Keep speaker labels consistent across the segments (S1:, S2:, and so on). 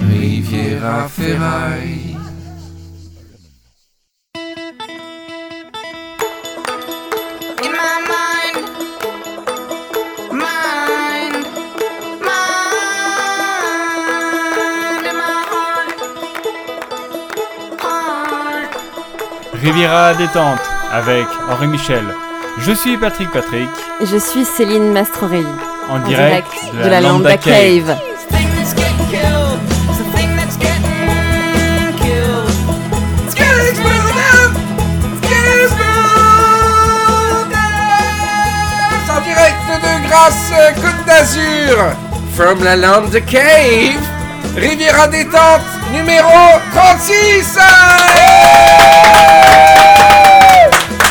S1: rivière à ferraille.
S2: In my mind, mind, mind. In my heart, heart.
S3: Riviera détente avec Henri Michel. Je suis Patrick Patrick
S4: Je suis Céline Mastrorelli,
S3: en
S4: en
S3: direct, de la, Lambda, Cave.
S2: It's the thing that's getting killed. It's the thing that's getting killed. It's getting screwed up. It's getting screwed up.
S1: En direct de Grasse, euh, Côte d'Azur, from la Land the Cave, Riviera détente numéro 36.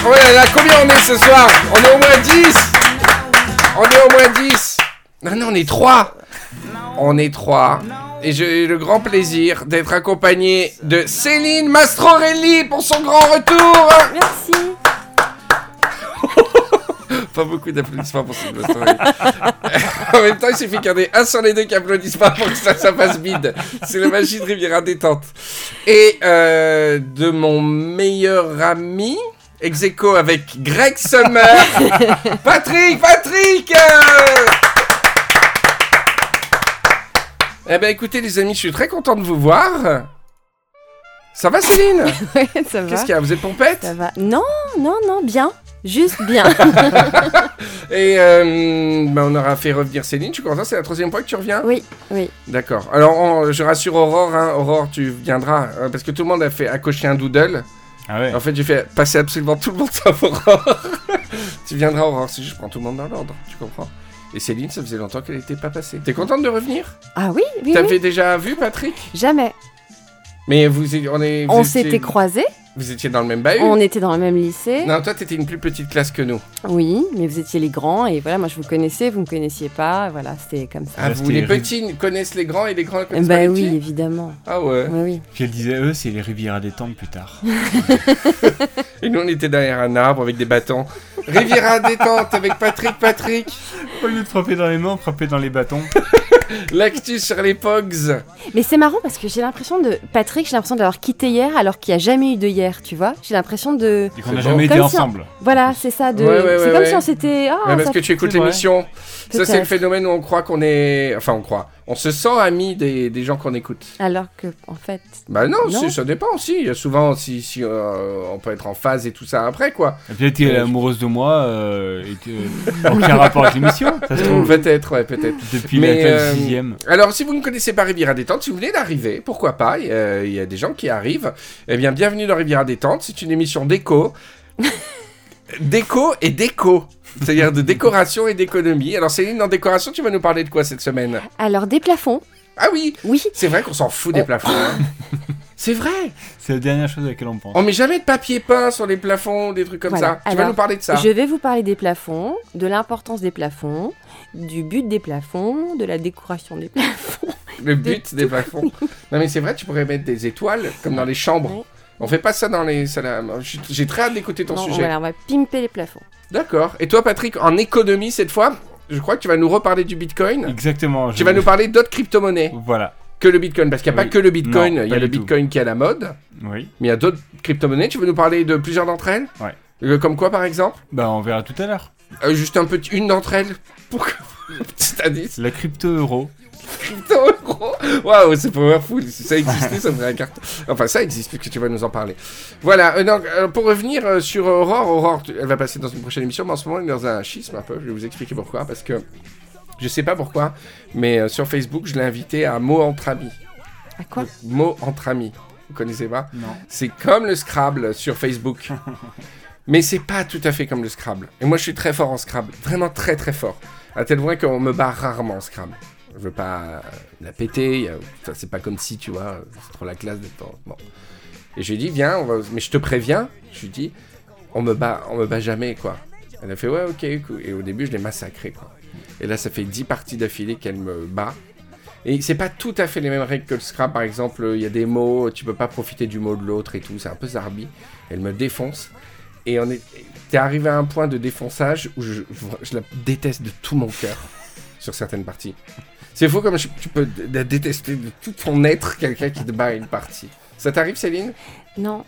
S1: Oh là là, combien on est ce soir On est au moins 10. On est au moins 10. Non, non, on est 3. On est 3. Et j'ai eu le grand plaisir d'être accompagné de Céline Mastrorelli pour son grand retour.
S4: Merci.
S1: Pas beaucoup d'applaudissements pour cette blague. en même temps, il suffit qu'il y en ait un sur les deux qui applaudissent pas pour que ça, ça passe vide. C'est la magie de Riviera détente. Et euh, de mon meilleur ami, ex aequo avec Greg Summer, Patrick, Patrick euh Eh ben écoutez les amis, je suis très content de vous voir. Ça va Céline
S4: Ouais, ça va.
S1: Qu'est-ce qu'il y a Vous êtes pompette
S4: Ça va. Non, non, non, bien. Juste bien.
S1: Et euh, ben, on aura fait revenir Céline, je suis content, c'est la troisième fois que tu reviens
S4: oui, oui.
S1: D'accord. Alors, on- je rassure Aurore, hein, Aurore, tu viendras, euh, parce que tout le monde a fait accrocher un doodle.
S3: Ah ouais.
S1: En fait, j'ai fait passer absolument tout le monde sauf Aurore. tu viendras, Aurore, si je prends tout le monde dans l'ordre, tu comprends. Et Céline, ça faisait longtemps qu'elle n'était pas passée. T'es contente de revenir
S4: Ah oui, oui, oui.
S1: T'avais déjà vu Patrick
S4: Jamais.
S1: Mais vous, é- on est. vous
S4: On
S1: étiez-
S4: s'était croisés,
S1: Vous étiez dans le même bahut
S4: on était dans le même lycée.
S1: Non, toi, t'étais une plus petite classe que nous.
S4: Oui, mais vous étiez les grands et voilà, moi je vous connaissais, vous me connaissiez pas, voilà, c'était comme ça.
S1: Ah,
S3: Ouais,
S1: vous,
S3: c'était
S1: les
S3: ri-
S1: petits connaissent les grands et les grands
S4: Eh
S1: connaissent pas
S4: ben
S1: les
S4: oui,
S1: petits
S4: évidemment.
S1: Ah ouais.
S4: Oui, oui.
S3: Puis elle disait, eux, c'est les Riviera détente plus tard.
S1: Et nous, on était derrière un arbre avec des bâtons. Riviera détente avec Patrick, Patrick.
S3: Au lieu de frapper dans les mains, frapper dans les bâtons.
S1: L'actu sur les Pogs.
S4: Mais c'est marrant parce que j'ai l'impression de. Patrick, j'ai l'impression d'avoir quitté hier alors qu'il n'y a jamais eu de hier, tu vois. J'ai l'impression de.
S3: Et qu'on n'a
S1: C'est
S3: jamais
S4: bon.
S3: été
S4: Comme si on-
S3: ensemble.
S4: Voilà, c'est ça, de.
S1: Ouais, ouais,
S4: c'est
S1: ouais,
S4: comme
S1: ouais.
S4: si on s'était. Ah,
S1: Ouais, Euh, parce
S4: ça-
S1: que tu écoutes
S3: c'est vrai.
S1: l'émission. Ça, c'est le
S4: peut-être.
S1: phénomène où on croit qu'on est. Enfin, on croit. On se sent ami des, des gens qu'on écoute.
S4: Alors que, en fait.
S1: Bah non,
S4: Non.
S1: si, ça dépend aussi. Il y a souvent, si, si euh, on peut être en phase et tout ça après, quoi.
S3: Et puis elle était amoureuse de moi, euh, et que- aucun rapport avec l'émission, ça se trouve.
S1: Peut-être, ouais, peut-être.
S3: Depuis
S1: Mais,
S3: la
S1: euh,
S3: classe 6ème.
S1: Alors, si vous ne connaissez pas Riviera Détente, si vous venez d'arriver, pourquoi pas, il y a- il y, a des gens qui arrivent. Eh bien, bienvenue dans Riviera Détente, c'est une émission déco. déco et déco. C'est-à-dire de décoration et d'économie. Alors, Céline, en décoration, tu vas nous parler de quoi cette semaine
S4: Alors, des plafonds,
S1: Ah oui,
S4: oui.
S1: c'est vrai qu'on s'en fout des
S4: Oh.
S1: plafonds. hein. c'est vrai
S3: C'est la dernière chose à laquelle on pense.
S1: On met jamais de papier peint sur les plafonds, des trucs comme
S4: Voilà.
S1: ça. Tu vas
S4: Alors,
S1: nous parler de ça.
S4: Je vais vous parler des plafonds, de l'importance des plafonds, du but des plafonds, de la décoration des plafonds.
S1: Le but des plafonds. Non mais c'est vrai, tu pourrais mettre des étoiles comme dans les chambres.
S4: Oui.
S1: On fait pas ça dans les salles. à- J'ai j'ai très hâte d'écouter ton
S4: Non,
S1: sujet.
S4: voilà, on va pimper les plafonds.
S1: D'accord. Et toi, Patrick, en économie cette fois, je crois que tu vas nous reparler du Bitcoin.
S3: Exactement.
S1: Tu
S3: je-
S1: vas nous parler d'autres crypto-monnaies
S3: Voilà.
S1: que le Bitcoin, parce qu'il n'y a
S3: Oui.
S1: pas que le Bitcoin.
S3: Non,
S1: il y
S3: pas
S1: a le
S3: du tout.
S1: Bitcoin qui est à la mode,
S3: Oui.
S1: mais il y a d'autres crypto-monnaies. Tu veux nous parler de plusieurs d'entre elles
S3: Ouais.
S1: Euh, Comme quoi, par exemple
S3: Bah, on verra tout à l'heure.
S1: Euh, Juste un petit, une d'entre elles pour que... Petit indice.
S3: La crypto-euro.
S1: Putain, gros. Waouh, c'est powerful. Si ça existait, ça ferait un carton. Enfin, ça existe, puisque tu vas nous en parler. Voilà. euh, donc, euh, pour revenir euh, sur Aurore, Aurore, tu- elle va passer dans une prochaine émission, mais en ce moment, elle est dans un schisme un peu. Je vais vous expliquer pourquoi. Parce que je sais pas pourquoi, mais euh, sur Facebook, je l'ai invitée à Mot entre amis.
S4: À quoi
S1: Mot entre amis. Vous connaissez pas
S3: Non.
S1: C'est comme le Scrabble sur Facebook. Mais c'est pas tout à fait comme le Scrabble. Et moi, je suis très fort en Scrabble. Vraiment très, très fort. À tel point qu'on me bat rarement en Scrabble. Je veux pas euh, la péter. euh, enfin, c'est pas comme si, tu vois, euh, c'est trop la classe d'être en- Bon. Et je lui ai dit, viens, on va... mais je te préviens. Je lui ai dit, on me bat, on me bat jamais, quoi. Elle a fait, ouais, ok, cool. Et au début, je l'ai massacré, quoi. Et là, ça fait 10 parties d'affilée qu'elle me bat. Et c'est pas tout à fait les mêmes règles que le Scrabble, par exemple. Il y a des mots, tu peux pas profiter du mot de l'autre et tout. C'est un peu zarbi. Elle me défonce. Et on est. T'es arrivé à un point de défonçage où je, je la déteste de tout mon cœur sur certaines parties. C'est- C'est fou comme je- tu peux d- d- détester de tout ton être quelqu'un qui te bat à une partie. Ça t'arrive, Céline
S4: Non,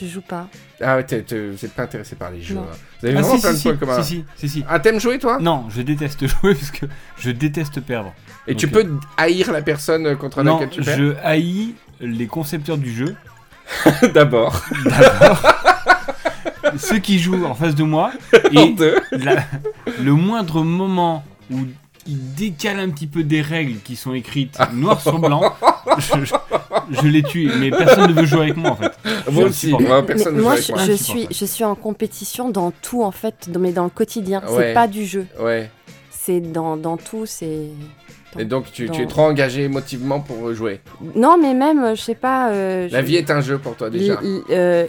S4: je joue pas.
S1: Ah ouais, t'es- t'es- vous êtes pas intéressé par les jeux.
S4: Non.
S1: hein. Vous avez
S3: Ah,
S1: vraiment
S3: si,
S1: plein
S3: si,
S1: de
S3: si,
S1: points communs.
S3: si, si, si, si.
S1: Ah, t'aimes jouer, toi
S3: Non, je déteste jouer parce que je déteste perdre.
S1: Et tu
S3: Ok.
S1: peux haïr la personne euh, contre
S3: non,
S1: laquelle tu perds
S3: je haïs les concepteurs du jeu,
S1: D'abord,
S3: ceux qui jouent en face de moi,
S1: en
S3: et
S1: deux.
S3: la- le moindre moment où ils décalent un petit peu des règles qui sont écrites
S1: Ah.
S3: noir sur blanc, je, je- je les tue. Mais personne ne veut jouer avec moi en fait.
S1: Vous aussi,
S3: supporte.
S1: moi, personne
S4: Mais
S1: ne joue
S4: moi,
S1: avec
S4: je,
S1: moi.
S4: je
S3: Ah, tu
S4: suis,
S3: portes.
S4: je suis en compétition dans tout, en fait, dans- mais dans le quotidien.
S1: Ouais.
S4: C'est pas du jeu.
S1: Ouais.
S4: C'est dans, dans tout, c'est...
S1: Et donc, tu, tu
S4: Non.
S1: es trop engagé émotivement pour jouer.
S4: Non, mais même, euh, je sais pas... euh,
S1: La
S4: je-
S1: vie est un jeu pour toi, déjà.
S4: l- l- euh,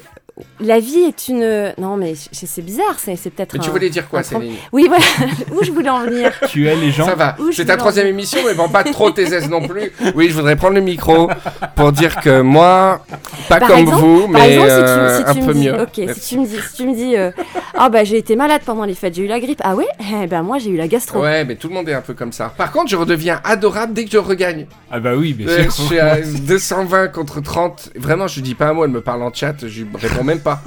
S4: la vie est une... Non, mais je- c'est bizarre, c'est c'est peut-être
S1: Mais tu
S4: un-
S1: voulais dire quoi,
S4: un trente-
S1: Céline
S4: Oui, voilà, où je voulais en venir.
S3: Tu es les gens.
S1: Ça va.
S4: Où je
S1: C'est ta
S4: voulais en
S1: troisième émission, mais bon, pas trop tes aises non plus. Oui, je voudrais prendre le micro pour dire que moi, pas
S4: Par
S1: comme
S4: exemple-
S1: vous,
S4: Par
S1: mais
S4: exemple, si tu,
S1: euh,
S4: si tu
S1: un
S4: me
S1: peu
S4: dis,
S1: mieux.
S4: ok,
S1: Merci.
S4: si tu me dis, si tu me dis, euh, ah bah j'ai été malade pendant les fêtes, j'ai eu la grippe. Ah ouais, eh ben moi j'ai eu la gastro.
S1: Ouais, mais tout le monde est un peu comme ça. Par contre, je redeviens adorable dès que je regagne.
S3: Ah bah oui, bien
S1: Euh, je
S3: sûr.
S1: suis à 220 contre 30. Vraiment, je dis pas un mot, elle me parle en chat, je lui réponds même pas.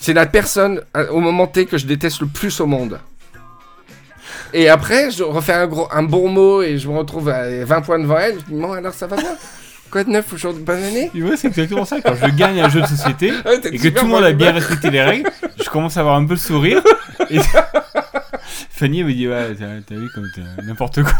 S1: C'est la personne euh, au moment T que je déteste le plus au monde. Et après, je refais un, gros, un bon mot et je me retrouve à 20 points devant elle. Je dis, bon, alors ça va bien Quoi de neuf aujourd'hui Bonne année
S3: Tu vois, c'est exactement ça. Quand je gagne un jeu de société
S1: Ah Ouais, t'es
S3: et que
S1: super
S3: tout le monde a
S1: bonne
S3: bien
S1: humeur.
S3: respecté les règles, je commence à avoir un peu le sourire. Et... Fanny elle me dit ouais, t'as t'as vu comme t'es n'importe quoi.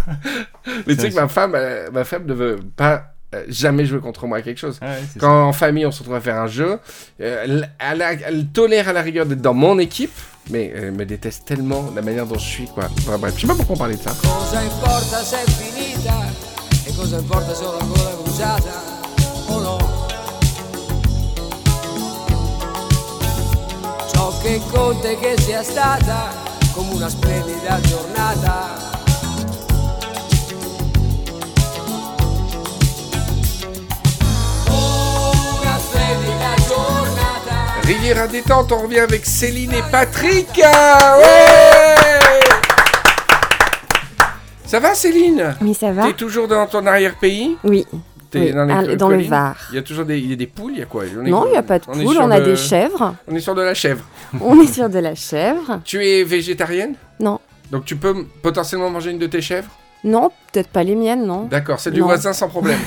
S1: Mais tu sais que
S3: C'est-
S1: ma femme, euh, ma femme ne veut pas euh, jamais jouer contre moi à quelque chose.
S3: Ah ouais, c'est ça.
S1: Quand en famille on se retrouve à faire un jeu, euh, elle, elle a- elle tolère à la rigueur d'être dans mon équipe, mais elle me déteste tellement la manière dont je suis, quoi. Enfin, bref, je sais pas pourquoi on parlait de ça.
S5: Cosa importa se è finita e cosa importa se ho ancora bruciata o no? Ciò che conta è che sia stata come una splendida giornata. Una splendida giornata.
S1: Riviera détente, on revient avec Céline et Patrick. Ah, ouais ça va, Céline
S4: Oui, ça va.
S1: T'es toujours dans ton arrière-pays
S4: Oui.
S1: T'es
S4: Oui,
S1: les
S4: à-
S1: co-
S4: dans le
S1: collines
S4: Var.
S1: Il y a toujours des, il y a des poules, il y a quoi On est-
S4: Non, il n'y a pas de
S1: est
S4: poule,
S1: sur
S4: on a
S1: de-
S4: des chèvres.
S1: On est sur de la chèvre.
S4: on est sur de la chèvre.
S1: Tu es végétarienne
S4: Non.
S1: Donc tu peux m- potentiellement manger une de tes chèvres
S4: Non, peut-être pas les miennes, non.
S1: D'accord, c'est du
S4: Non.
S1: voisin sans problème.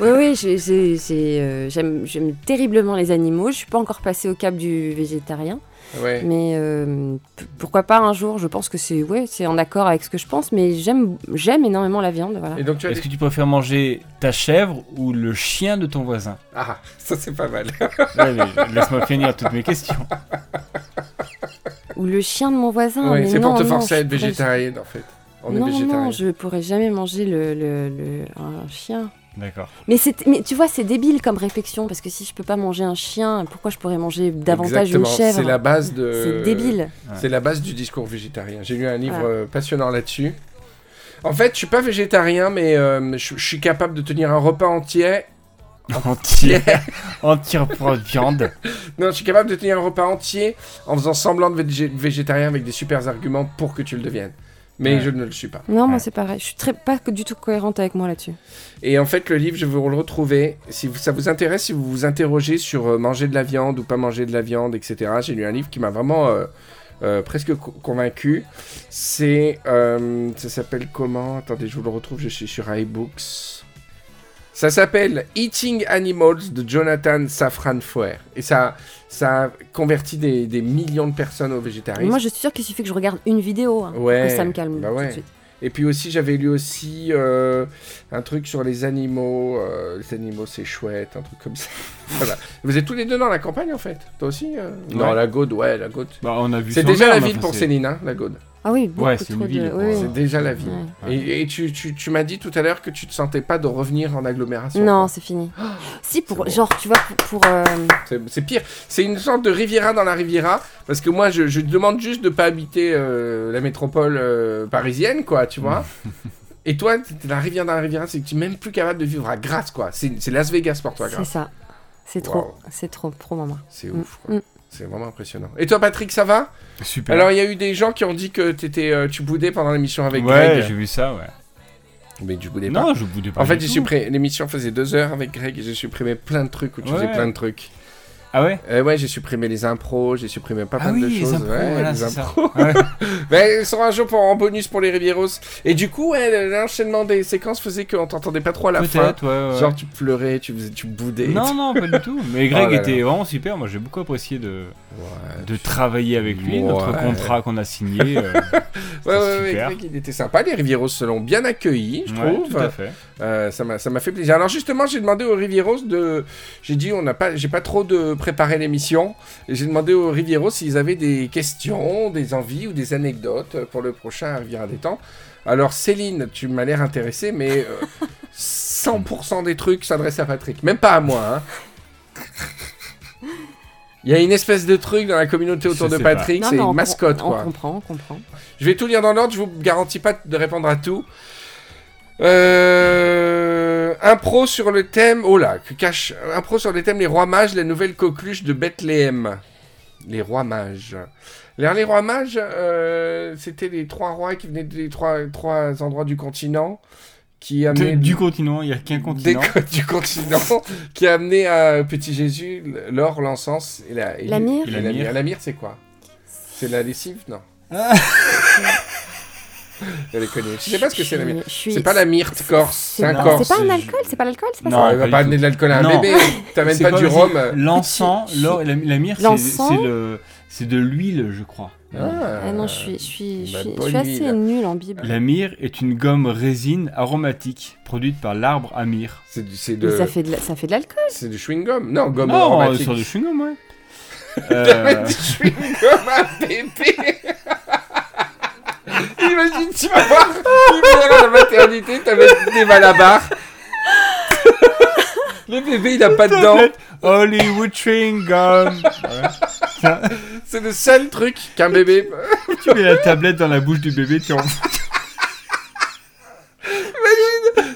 S4: Oui, oui, j'ai- j'ai- j'ai, euh, j'aime j'aime terriblement les animaux. Je suis pas encore passée au cap du végétarien,
S1: Ouais.
S4: mais euh, p- pourquoi pas un jour Je pense que c'est ouais, c'est en accord avec ce que je pense, mais j'aime j'aime énormément la viande, voilà.
S1: Et donc tu as des
S3: Est-ce que tu préfères manger ta chèvre ou le chien de ton voisin
S1: Ah, ça c'est pas mal.
S3: Ouais, mais Laisse-moi finir toutes mes questions.
S4: Ou le chien de mon voisin.
S1: Ouais,
S4: mais
S1: c'est pour
S4: non,
S1: te
S4: non,
S1: forcer à
S4: je
S1: être
S4: pourrais-
S1: végétarienne en fait. On
S4: non,
S1: est végétarien.
S4: non, je pourrais jamais manger le, le- le- un chien.
S3: D'accord.
S4: Mais, c'est- mais tu vois, c'est débile comme réflexion, parce que si je peux pas manger un chien, pourquoi je pourrais manger davantage
S1: Exactement,
S4: une chèvre
S1: C'est la euh, base de.
S4: C'est débile.
S1: C'est la base du discours végétarien. J'ai lu un livre
S4: Voilà.
S1: euh, passionnant là-dessus. En fait, je suis pas végétarien, mais euh, je je suis capable de tenir un repas entier.
S3: Entière, entière pour de viande.
S1: Non, je suis capable de tenir un repas entier en faisant semblant de végé- végétarien avec des super arguments pour que tu le deviennes. Mais
S3: Ouais.
S1: je ne le suis pas.
S4: Non, moi
S3: Ouais.
S4: c'est pareil. Je suis très, pas que- du tout cohérente avec moi là-dessus.
S1: Et en fait, le livre, je vais vous le retrouver. Si vous- ça vous intéresse, si vous vous interrogez sur euh, manger de la viande ou pas manger de la viande, etc., j'ai lu un livre qui m'a vraiment euh, euh, presque co- convaincu. C'est. euh, ça s'appelle comment Attendez, je vous le retrouve, je suis sur iBooks. Ça s'appelle Eating Animals de Jonathan Safran Foer. Et ça, ça a converti des, des millions de personnes au végétarisme.
S4: Moi, je suis sûre qu'il suffit que je regarde une vidéo. hein,
S1: Ah Ouais,
S4: que ça me calme
S1: bah
S4: tout de
S1: ouais.
S4: suite.
S1: Et puis aussi, j'avais lu aussi euh, un truc sur les animaux. euh, les animaux, c'est chouette, un truc comme ça. voilà. Vous êtes tous les deux dans la campagne, en fait. Toi aussi euh Non,
S3: Ouais.
S1: la Gaude, ouais, la Gaude.
S3: Bah, on a vu
S1: C'est
S3: son
S1: déjà la
S3: merde,
S1: ville
S3: enfin,
S1: pour
S3: c'est-
S1: Céline, hein, la Gaude.
S4: Ah oui, beaucoup
S3: Ouais, c'est une
S4: trop
S3: ville,
S4: de.
S3: pour
S4: oui,
S3: un-
S4: oui.
S1: C'est déjà la ville.
S4: Ouais.
S3: Ouais.
S1: Et, et tu, tu- tu m'as dit tout à l'heure que tu te sentais pas de revenir en agglomération.
S4: Non,
S1: quoi.
S4: c'est fini. si,
S1: c'est
S4: pour.
S1: bon.
S4: Genre, tu vois, pour. pour, euh,
S1: C'est c'est pire. C'est une sorte de Riviera dans la Riviera. Parce que moi, je, je te demande juste de pas habiter euh, la métropole euh, parisienne, quoi, tu vois. Et toi, t'es- t'es la Riviera dans la Riviera, c'est que tu es même plus capable de vivre à Grasse, quoi. C'est c'est Las Vegas pour toi,
S4: c'est
S1: Grasse.
S4: ça. C'est
S1: Waouh.
S4: trop. C'est trop, trop maman.
S1: C'est ouf,
S4: Mm,
S1: quoi.
S4: mm.
S1: C'est vraiment impressionnant. Et toi, Patrick, ça va
S3: Super.
S1: Alors, il y a eu des gens qui ont dit que t'étais, euh, tu boudais pendant l'émission avec
S3: ouais,
S1: Greg.
S3: j'ai vu ça, ouais.
S1: mais je voulais pas.
S3: Non, je vous dis pas.
S1: En fait,
S3: du
S1: j'ai
S3: tout.
S1: supprimé. L'émission faisait deux heures avec Greg et j'ai supprimé plein de trucs où tu
S3: Ouais.
S1: faisais plein de trucs.
S3: Ah ouais
S1: Euh, ouais, j'ai supprimé les impros, j'ai supprimé pas
S3: Ah
S1: mal
S3: oui,
S1: de
S3: les
S1: choses.
S3: impros,
S1: ouais,
S3: voilà,
S1: les
S3: c'est ça.
S1: impros.
S3: Ouais.
S1: Mais Ben, ils seront un jour pour, en bonus pour les Rivieros. Et du coup, ouais, l'enchaînement des séquences faisait qu'on t'entendait pas trop à la fin.
S3: Peut-être, ouais, ouais.
S1: Genre, tu pleurais, tu, faisais, tu boudais.
S3: Non, non, pas du tout. Mais Greg
S1: Oh là
S3: était vraiment super. Moi, j'ai beaucoup apprécié de,
S1: Ouais.
S3: de travailler avec lui. Notre
S1: Ouais.
S3: contrat qu'on a signé. euh, c'était
S1: Ouais, ouais, ouais,
S3: super.
S1: Greg, il était sympa. Les Rivieros se l'ont bien accueilli, je
S3: Ouais,
S1: trouve.
S3: tout à fait.
S1: Euh, ça m'a ça m'a fait plaisir. Alors justement, j'ai demandé aux Rivieros de, j'ai dit on n'a pas, j'ai pas trop de préparer l'émission. Et J'ai demandé aux Rivieros s'ils avaient des questions, des envies ou des anecdotes pour le prochain Riviera des temps. Alors Céline, tu m'as l'air intéressée, mais euh, 100% des trucs s'adressent à Patrick, même pas à moi. hein. Il y a une espèce de truc dans la communauté
S3: Je
S1: autour de
S3: sais pas.
S1: Patrick,
S4: Non,
S1: c'est
S4: mais on
S1: une
S4: com-
S1: mascotte
S4: on,
S1: quoi.
S4: comprend, on comprend.
S1: Je vais tout lire dans l'ordre, je vous garantis pas de répondre à tout. Euh... Impro sur le thème. Oh là, que cache. Impro sur le thème Les Rois Mages, la nouvelle coqueluche de Bethléem. Les Rois Mages. Alors, les Rois Mages, euh, c'était les trois rois qui venaient des trois, trois endroits du continent. Qui amenaient
S3: De- du continent, il n'y a qu'un
S1: des
S3: continent.
S1: co- du continent qui a amené à petit Jésus l'or, l'encens et la et
S4: La
S1: le-
S4: myrrhe.
S1: et
S3: Et la
S1: la myrrhe.
S3: myrrhe.
S1: La myrrhe, c'est quoi C'est la lessive, non
S3: Ah.
S1: Elle est connue. Je sais pas ce que c'est la myrrhe.
S4: Je suis-
S1: C'est pas la myrte corse, c'est un
S4: non,
S1: corse.
S4: C'est pas un
S3: c'est-
S4: alcool, c'est pas l'alcool, c'est pas
S3: Non,
S1: Non, elle
S3: Ah, pas
S1: va
S3: du
S1: pas
S3: tout.
S1: amener de l'alcool à un
S3: Non.
S1: bébé. T'amènes
S3: C'est
S1: pas
S3: quoi,
S1: du
S3: vas-y
S1: rhum. euh.
S3: L'encens, l'or, la, la myrrhe, c'est-
S4: L'encens.
S3: c'est le- c'est de l'huile, je crois.
S4: ça. Ah non, je suis, je suis, je
S1: bah,
S4: suis, je
S1: bonne
S4: suis assez
S1: nuit, là.
S4: nulle en Bible.
S3: La myrrhe est une gomme résine aromatique produite par l'arbre à myrrhe.
S1: C'est du, c'est
S4: Mais
S1: de,
S4: ça fait de la- ça fait de l'alcool.
S1: c'est du chewing gum. Non, gomme
S3: non,
S1: aromatique.
S3: Oh, sur du chewing-gum, ouais.
S1: T'amènes
S3: Euh,
S1: du chewing gum à un bébé. Imagine, tu vas voir, il vient à la maternité, t'amènes des malabar. Le bébé, il a pas de dents.
S3: Hollywood chewing gum.
S1: C'est le seul truc qu'un bébé.
S3: tu mets la tablette dans la bouche du bébé, tu en...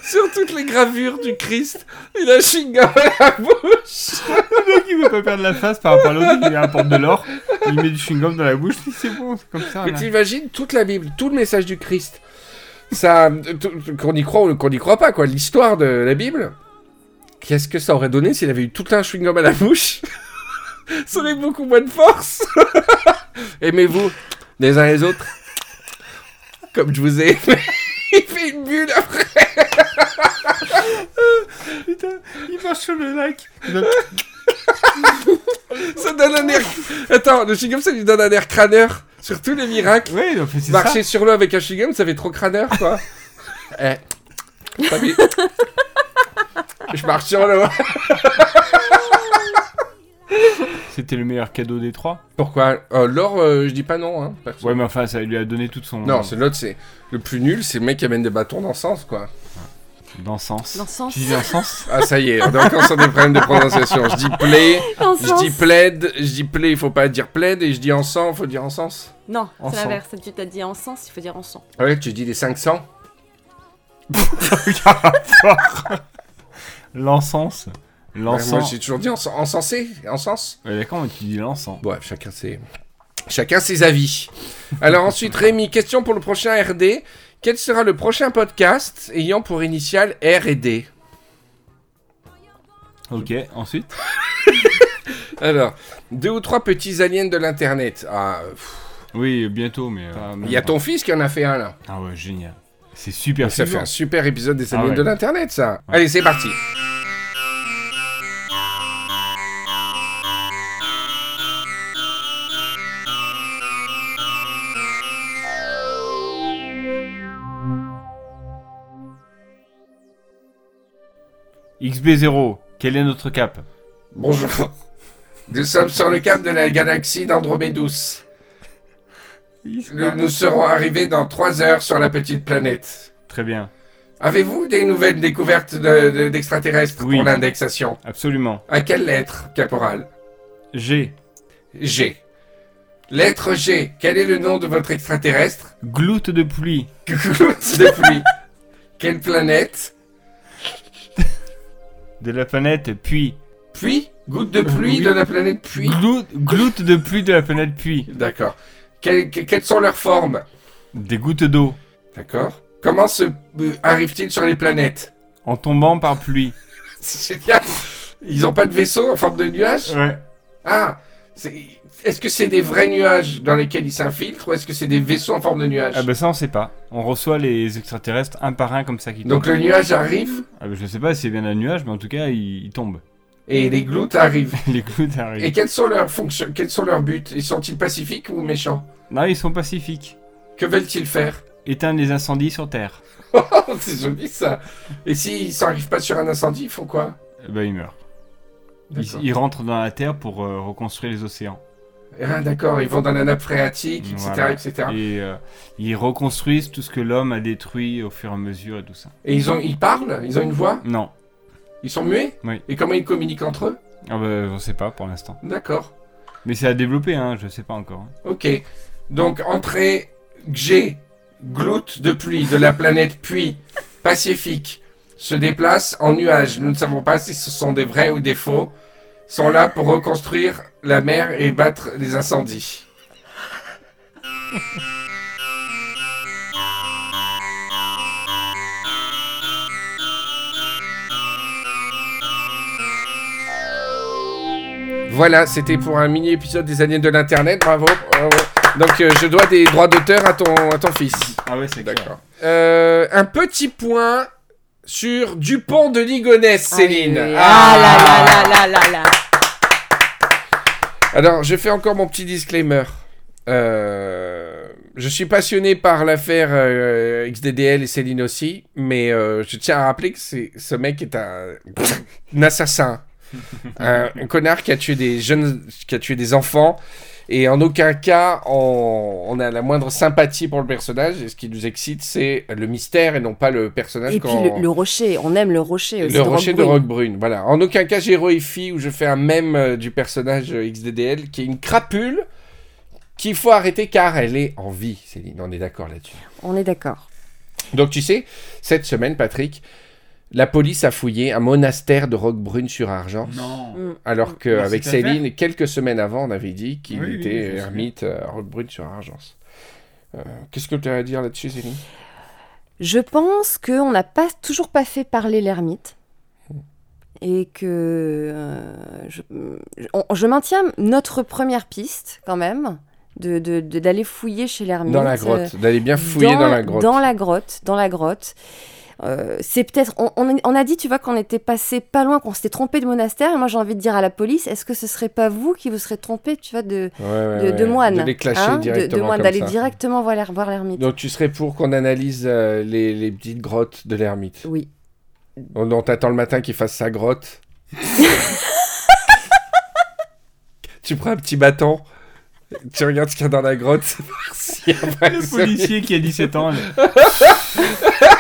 S1: Sur toutes les gravures du Christ, il a un chewing gum à la bouche.
S3: Le mec, il veut pas perdre la face par rapport à l'autre, il lui apporte de l'or, il met du chewing gum dans la bouche, c'est bon, c'est comme ça. Ah,
S1: Mais
S3: là.
S1: t'imagines toute la Bible, tout le message du Christ. Ça, tout- qu'on y croit ou qu'on n'y croit pas, quoi. L'histoire de la Bible. Qu'est-ce que ça aurait donné s'il avait eu tout un chewing-gum à la bouche Ça aurait beaucoup moins de force. Aimez-vous les uns les autres comme je vous ai aimé. Il fait une bulle après.
S3: Putain, il marche sur le lac.
S1: Ça donne un air. Attends, le chewing-gum, ça lui donne un air crâneur sur tous les miracles.
S3: Ouais, en fait, c'est ça.
S1: Marcher sur l'eau avec un chewing-gum, ça fait trop crâneur, quoi. eh. Pas mis. Je marche sur l'eau.
S3: C'était le meilleur cadeau des trois.
S1: Pourquoi Euh, L'or, euh, je dis pas non, hein, perso.
S3: Ouais, mais enfin, ça lui a donné toute son.
S1: Non, c'est l'autre, c'est le plus nul, c'est le mec qui amène des bâtons dans le sens, quoi.
S3: Dans sens.
S4: L'encens.
S3: Tu dis dans sens
S1: Ah, ça y est, on est encore sur des problèmes de prononciation. Je dis plaid, je
S4: L'encens.
S1: dis plaid, je dis plaid, il faut pas dire plaid, et je dis encens, faut dire encens.
S4: Non,
S3: En
S4: c'est
S3: sang.
S4: l'inverse. Tu t'as dit en sens, il faut dire en sang.
S1: Ah Ouais, tu dis les 500
S3: L'encens.
S1: Ouais, Moi,
S3: L'encens.
S1: j'ai toujours dit encens- encensé, encens.
S3: Ouais, d'accord, mais tu dis l'encens.
S1: Bref, chacun ses... chacun ses avis. Alors ensuite, Rémi, question pour le prochain RD. Quel sera le prochain podcast ayant pour initiale R et D
S3: Ok, ensuite.
S1: Alors, deux ou trois petits aliens de l'Internet. Ah, pff,
S3: Oui, bientôt, Ah, mais.
S1: il y a ton fils qui en a fait un, là.
S3: Ah ouais, génial. C'est super
S1: Ça fait
S3: suivant.
S1: un super épisode des
S3: Ah
S1: aliens
S3: ouais.
S1: de l'Internet, ça.
S3: Ouais.
S1: Allez, c'est parti.
S3: XB0, quel est notre cap
S1: Bonjour. Nous sommes sur le cap de la galaxie d'Andromédouce. Nous, nous serons arrivés dans trois heures sur la petite planète.
S3: Très bien,
S1: Avez-vous des nouvelles découvertes de- de- d'extraterrestres
S3: Oui.
S1: pour l'indexation
S3: absolument.
S1: À quelle lettre, caporal
S3: G,
S1: G. Lettre G. Quel est le nom de votre extraterrestre
S3: gloute de pluie.
S1: Goutte de pluie. Quelle planète
S3: De la planète Puy.
S1: Puis, goutte de pluie de la planète Puis.
S3: Gloute, gloute de pluie de la planète Puy.
S1: D'accord. Quelles, que- quelles sont leurs formes
S3: Des gouttes d'eau.
S1: D'accord. Comment se euh, arrive-t-il sur les planètes
S3: En tombant par pluie.
S1: C'est génial. Ils ont pas de vaisseau en forme de nuage
S3: Ouais.
S1: Ah c'est- Est-ce que c'est des vrais nuages dans lesquels ils s'infiltrent ou est-ce que c'est des vaisseaux en forme de nuage
S3: Ah bah ça on sait pas. On reçoit les extraterrestres un par un comme ça qui tombent.
S1: Donc le nuage arrive
S3: Ah bah je sais pas si c'est bien un nuage, mais en tout cas il, il tombe.
S1: et les gloutes arrivent.
S3: les clowns arrivent.
S1: Et quels sont leurs fonctions Quels sont leurs buts Ils sont-ils pacifiques ou méchants
S3: Non, ils sont pacifiques.
S1: Que veulent-ils faire
S3: Éteindre les incendies sur Terre.
S1: Oh, C'est joli ça. Et s'ils s'arrivent pas sur un incendie, ils font quoi
S3: Eh Bah ils meurent. Ils,
S1: D'accord.
S3: ils rentrent dans la Terre pour euh, reconstruire les océans.
S1: Ah, d'accord, ils vont dans la nappe phréatique, etc.,
S3: Voilà.
S1: etc.
S3: Et euh, ils reconstruisent tout ce que l'homme a détruit au fur et à mesure et tout ça.
S1: Et ils ont, ils parlent, ils ont une voix,
S3: Non.
S1: ils sont muets.
S3: Oui.
S1: Et comment ils communiquent entre eux
S3: Ah bah je sais pas pour l'instant.
S1: D'accord.
S3: Mais c'est à développer, hein, je sais pas encore.
S1: Ok. Donc entrée G, gloute de pluie de la planète Puy, Pacifique, se déplace en nuages. Nous ne savons pas si ce sont des vrais ou des faux. Sont là pour reconstruire la mer et battre les incendies. Voilà, c'était pour un mini épisode des années de l'internet. Bravo. bravo. Donc euh, je dois des droits d'auteur à ton à ton fils.
S3: Ah ouais, c'est
S1: D'accord. Euh, un petit point sur Dupont de Ligonnès, Céline.
S4: Ah, là là là là là là.
S1: Alors, je fais encore mon petit disclaimer. Euh, je suis passionné par l'affaire euh, XDDL et Céline aussi, mais euh, je tiens à rappeler que c'est- ce mec est un, un assassin. un, un connard qui a tué des jeunes, qui a tué des enfants. Et en aucun cas, on, on a la moindre sympathie pour le personnage. Et ce qui nous excite, c'est le mystère et non pas le personnage.
S4: Et puis
S1: qu'on-
S4: le, le rocher, on aime le rocher aussi.
S1: le rocher de Rock
S4: Roquebrune.
S1: Brune, voilà. En aucun cas, j'héroïfie ou je fais un mème euh, du personnage euh, XDDL qui est une crapule qu'il faut arrêter car elle est en vie, Céline. On est d'accord là-dessus.
S4: On est d'accord.
S1: Donc, tu sais, cette semaine, Patrick, la police a fouillé un monastère de Rock Brune sur Argent.
S3: Non.
S4: Mm.
S1: Alors
S3: Dans
S1: qu'avec
S3: cette affaire
S1: Céline, quelques semaines avant, on avait dit qu'il
S3: Oui, oui, je me
S1: était
S3: souviens.
S1: ermite euh, à Roquebrune sur Argence. Euh, Qu'est-ce que tu as à dire là-dessus, Céline
S4: Je pense qu'on n'a pas, toujours pas fait parler l'ermite.
S1: Hmm.
S4: Et que euh, je, on- je maintiens notre première piste quand même, d'aller de, de- d'aller fouiller chez l'ermite.
S1: Dans la
S4: euh,
S1: grotte, d'aller bien fouiller dans, la grotte.
S4: Dans la grotte, dans la grotte. Euh, c'est peut-être. On, on- on a dit, tu vois, qu'on était passé pas loin, qu'on s'était trompé de monastère. Et moi, j'ai envie de dire à la police est-ce que ce serait pas vous qui vous serez trompé, tu vois, de,
S1: Ouais, ouais,
S4: de, de
S1: ouais.
S4: moine
S1: De les clasher
S4: hein,
S1: directement.
S4: de, de moine,
S1: comme
S4: d'aller
S1: ça.
S4: directement voir l'er- voir l'ermite.
S1: Donc tu serais pour qu'on analyse euh, les, les petites grottes de l'ermite.
S4: Oui.
S1: On, on t'attend le matin qu'il fasse sa grotte. tu prends un petit bâton, tu regardes ce qu'il y a dans la grotte. s'il y a pas
S3: Le
S1: que ça.
S3: policier qui a 17 ans. là.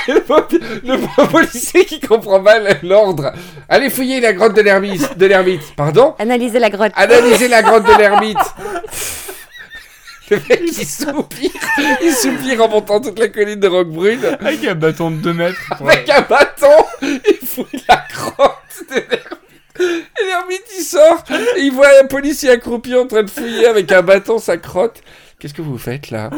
S1: le, pauvre- le pauvre policier qui comprend mal l'ordre. Allez fouiller la grotte de l'ermite. De l'ermite. Pardon
S4: Analyser la grotte.
S1: Analyser la grotte de l'ermite. Le mec, il soupire. Il soupire en montant toute la colline de Roquebrune.
S3: Avec un bâton de 2 mètres. pour-
S1: Avec un bâton, il fouille la grotte de l'ermite. Et l'ermite, il sort, et il voit un policier accroupi en train de fouiller avec un bâton sa crotte. Qu'est-ce que vous faites là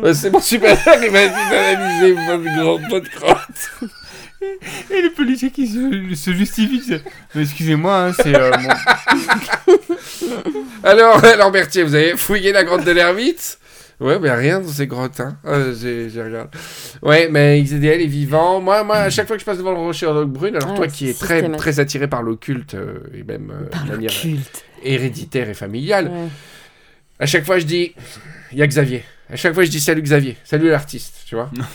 S1: Bah, C'est mon supérieur, il m'a dit d'analyser votre, gro- votre crotte.
S3: Et le policier qui se, se justifie. c'est- Mais Excusez-moi, hein, c'est euh, mon-
S1: Alors, alors Berthier, vous avez fouillé la grotte de l'ermite Ouais, mais rien dans ces grottes, hein. Ah, j'ai, j'ai regardé. Ouais, mais XDL est vivant. Moi, moi, à chaque fois que je passe devant le rocher en brune, alors
S4: Ah,
S1: toi qui es très,
S4: systématique.
S1: très attiré par l'occulte, euh, et même euh,
S4: Par
S1: de
S4: Ah, le
S1: manière-
S4: culte.
S1: héréditaire et familial.
S4: Ouais.
S1: À chaque fois, je dis, il y a Xavier. À chaque fois, je dis salut Xavier, salut l'artiste, tu vois.
S4: Alors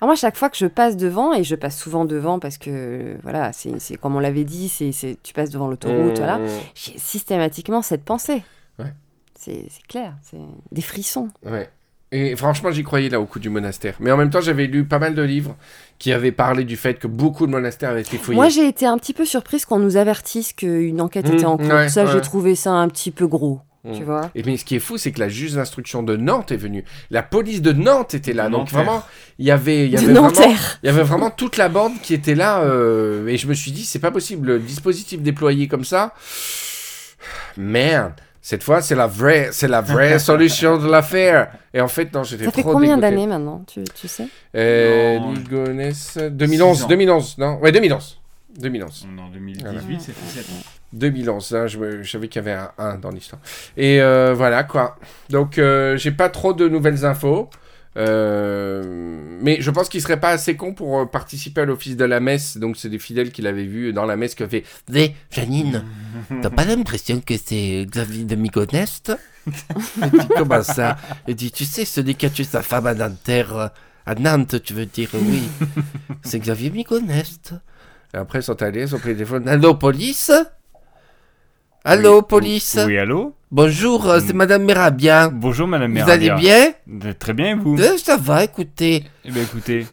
S4: Ah, moi, chaque fois que je passe devant, et je passe souvent devant parce que, euh, voilà, c'est c'est- comme on l'avait dit, c'est c'est- tu passes devant
S3: Oh.
S4: l'autoroute, voilà,
S1: Mmh,
S4: j'ai systématiquement cette pensée.
S1: Ouais.
S4: C'est c'est clair, c'est des frissons.
S1: Ouais. Et franchement, j'y croyais là au coup du monastère. Mais en même temps, j'avais lu pas mal de livres qui avaient parlé du fait que beaucoup de monastères avaient été fouillés.
S4: Moi, j'ai été un petit peu surprise qu'on nous avertisse qu'une enquête
S1: Mmh,
S4: était en cours.
S1: ouais,
S4: ça,
S1: ouais.
S4: j'ai trouvé ça un petit peu gros,
S1: Mmh.
S4: tu vois.
S1: Et mais ce qui est fou, c'est que la juge d'instruction de Nantes est venue. La police de Nantes était là.
S3: De
S1: Donc
S3: Nanterre.
S1: vraiment, il y avait, il y
S4: De
S1: avait vraiment
S4: Nanterre.
S1: Il y avait vraiment toute la bande qui était là euh, et je me suis dit c'est pas possible le dispositif déployé comme ça. Merde, Cette fois, c'est la vraie, c'est la vraie solution de l'affaire. Et en fait, non, j'étais
S4: Ça fait
S1: trop
S4: combien
S1: dégoûté.
S4: d'années maintenant, tu, tu sais
S1: Euh,
S3: Non.
S1: Ligonesse, 2011,
S3: Six ans.
S1: 2011, non Ouais, 2011. 2011.
S3: On est en 2018,
S1: Voilà.
S3: ça fait 7 ans.
S1: 2011, là, hein, je, me- je savais qu'il y avait un 1 dans l'histoire. Et euh, voilà, quoi. Donc, euh, j'ai pas trop de nouvelles infos. Euh, mais je pense qu'il serait pas assez con pour euh, participer à l'office de la messe. Donc, c'est des fidèles qu'il avait vu dans la messe qui ont fait
S6: Hé, Janine, t'as pas l'impression que c'est Xavier de Mygonest Elle dit comment ça Elle dit, tu sais, celui qui a tué sa femme à Nanterre, à Nantes, tu veux dire, oui, c'est Xavier Mygonest.
S1: Et après, ils sont allés, ils ont pris le téléphone.
S6: Allô, police Allô, police
S3: Oui, allô
S6: Bonjour, euh, c'est
S1: Mm.
S6: Madame Merabia.
S3: Bonjour, madame
S6: Vous allez bien
S3: bien Très bien, et vous
S6: Euh, Ça va, écoutez.
S3: Eh bien, écoutez,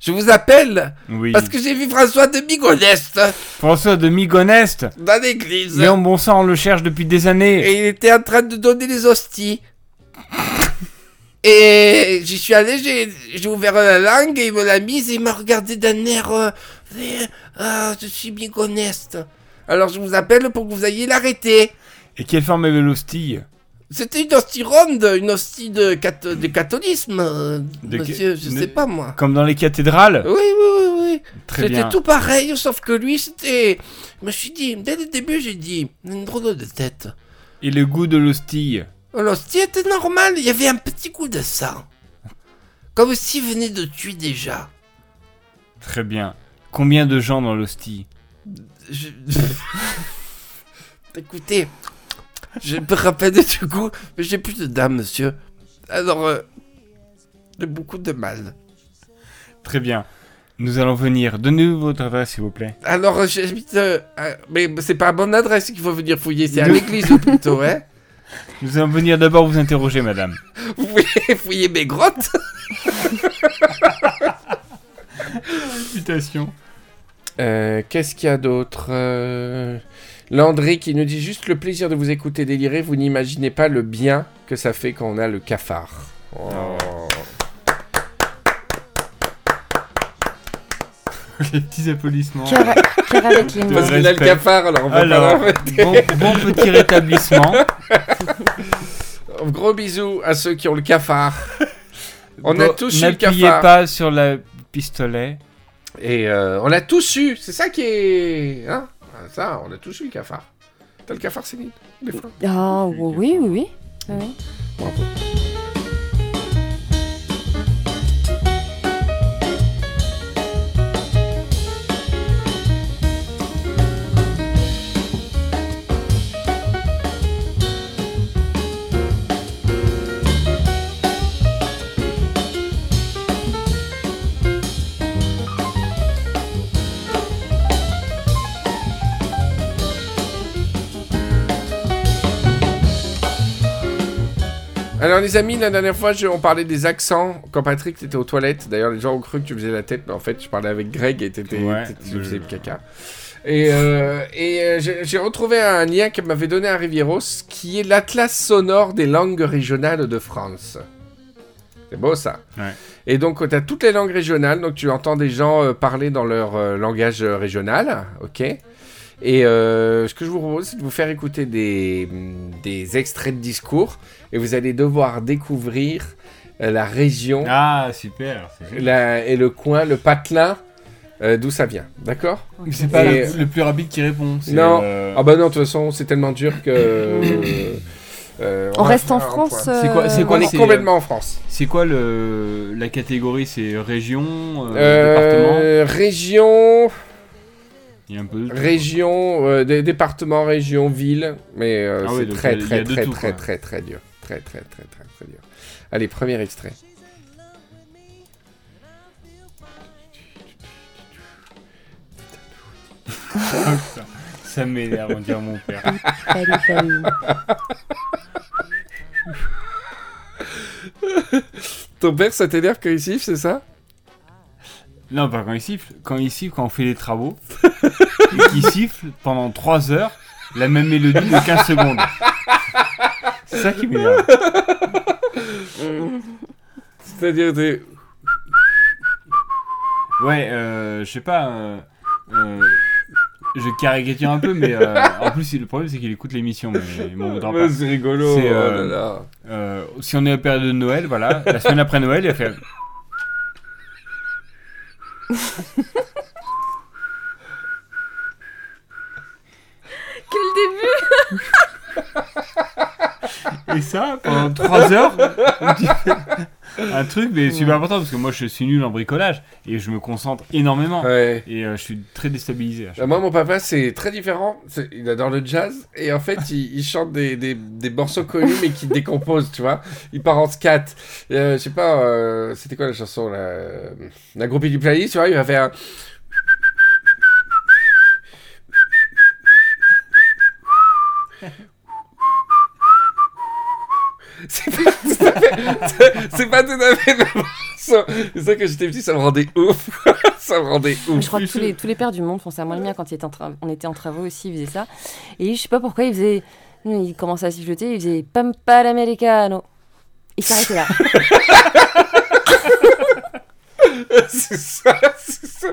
S6: Je vous appelle
S3: oui.
S6: parce que j'ai vu François de Mygonest
S3: François de Migonest,
S6: dans l'église.
S3: mais en bon sang, on le cherche depuis des années.
S6: et il était en train de donner les hosties. Et j'y suis allé, j'ai j'ai ouvert la langue et il me l'a mise et il m'a regardé d'un air. euh, euh, ah, je suis bien honnête. Alors je vous appelle pour que vous ayez l'arrêter.
S3: Et quelle forme avait l'hostie
S6: C'était une hostie ronde, une hostie de, cat- de catholisme, euh,
S3: De ca-
S6: monsieur, je
S3: de-
S6: sais pas moi.
S3: Comme dans les cathédrales
S6: Oui, oui, oui, oui.
S3: Très bien.
S6: Oh, C'était tout pareil, sauf que lui, c'était. Je me suis dit, dès le début, j'ai dit, une drôle de tête.
S3: Et le goût de l'hostie
S6: L'hostie était normal, il y avait un petit coup de sang. Comme s'il venait de tuer déjà.
S3: Très bien. Combien de gens dans l'hostie
S6: Je- Écoutez, je me rappelle du coup, mais j'ai plus de dame, monsieur. Alors, euh, j'ai beaucoup de mal.
S3: Très bien. Nous allons venir. Donnez-nous votre adresse, s'il vous plaît.
S6: Alors, euh, j'habite. euh, à- mais c'est pas à bonne adresse qu'il faut venir fouiller, c'est à
S3: Non.
S6: l'église plutôt, hein.
S3: Nous allons venir d'abord vous interroger, madame.
S6: Vous voulez fouiller mes grottes
S3: Réputation.
S1: Euh, qu'est-ce qu'il y a d'autre Euh, Landry qui nous dit juste le plaisir de vous écouter délirer, vous n'imaginez pas le bien que ça fait quand on a le cafard. Oh.
S3: Les petits applaudissements.
S1: Ah.
S4: Cœur cœur avec les mains.
S1: Parce qu'il a le
S3: respect.
S1: cafard, alors on va pas
S3: Alors, bon, bon petit rétablissement.
S1: l'enlever. Gros bisous à ceux qui ont le cafard. On a
S3: Bon,
S1: tous eu le
S3: N'appuyez
S1: cafard.
S3: pas sur le pistolet.
S1: Et euh, on l'a tous eu, c'est ça qui est... Hein ça, on a tous eu le cafard. T'as le cafard, Céline Des fois.
S4: Ah oui, oui, oui. oui.
S1: Bravo. Alors les amis, la dernière fois, je- on parlait des accents. Quand Patrick, t'étais aux toilettes. D'ailleurs, les gens ont cru que tu faisais la tête, mais en fait, je parlais avec Greg et t'étais,
S3: Ouais,
S1: t'étais- tu
S3: je-
S1: faisais le caca. Et, euh, et euh, j'ai j'ai retrouvé un lien que m'avait donné un Rivieros, qui est l'atlas sonore des langues régionales de France. C'est beau ça.
S3: Ouais.
S1: Et donc tu as toutes les langues régionales, donc tu entends des gens euh, parler dans leur euh, langage euh, régional, ok Et euh, ce que je vous propose, c'est de vous faire écouter des, mm, des extraits de discours, et vous allez devoir découvrir euh, la région
S3: Ah, super. c'est génial.
S1: la- et le coin, le patelin, euh, d'où ça vient, d'accord
S3: Mais C'est pas
S1: Et-
S3: le, le plus rapide qui répond. c'est,
S1: Non.
S3: euh,
S1: Ah bah non, de toute façon, c'est tellement dur que... euh, euh,
S4: On
S1: va
S4: reste en
S1: faire un
S4: France.
S1: point.
S3: C'est quoi- c'est quoi
S4: euh,
S1: On
S4: voilà.
S1: est
S3: c'est-
S1: complètement en France.
S3: C'est quoi le, la catégorie C'est région, euh, département
S1: Euh, région...
S3: Il y a un peu de tout, quoi.
S1: Région, euh, dé- département, région, ville, mais euh,
S3: Ah oui,
S1: c'est
S3: donc il
S1: très
S3: y a- il y
S1: très
S3: a de
S1: très
S3: tout,
S1: très
S3: quoi.
S1: très très dur. Très très très très très dur. Allez, premier extrait.
S3: Ça m'énerve, on dirait mon père.
S1: Ton père, ça t'énerve que ici, c'est ça
S3: Non, pas quand il siffle. Quand il siffle, quand on fait les travaux, et qu'il siffle pendant 3 heures, la même mélodie de 15 secondes. C'est ça qui m'énerve.
S1: C'est-à-dire, t'es-
S3: Ouais, euh, je sais pas. euh, euh, je caricature un peu, mais euh, en plus, le problème, c'est qu'il écoute l'émission, mais il m'en voudra pas.
S1: Ouais, c'est rigolo.
S3: C'est,
S1: oh là
S3: euh,
S1: là.
S3: Euh, si on est à période de Noël, voilà, la semaine après Noël, il va faire.
S4: Quel début
S3: Et ça, pendant 3 heures, tu fais un truc, mais super important, parce que moi, je suis nul en bricolage, et je me concentre énormément,
S1: Ouais.
S3: et euh, je suis très déstabilisé. à chaque
S1: Euh, Moi, mon papa, c'est très différent. C'est- Il adore le jazz. Et en fait, il, il chante des, des, des morceaux connus, mais qui décomposent, tu vois. Il part en scat. Euh, je sais pas, euh, c'était quoi la chanson là euh, La groupie du playlist, tu vois, il va faire. un- C'est pas, tout à fait- c'est pas tout à fait le même morceau. C'est ça que j'étais petit, ça me rendait ouf. ça me rendait ouf.
S4: Ah, Je crois que tous les, tous les pères du monde font ça. Moi, le mien, hein, quand il était en tra- on était en travaux aussi, il faisait ça. Et je sais pas pourquoi, il faisait. Il commençait à siffloter, il faisait Pampa l'americano. Il s'arrêtait là.
S1: c'est ça, c'est ça.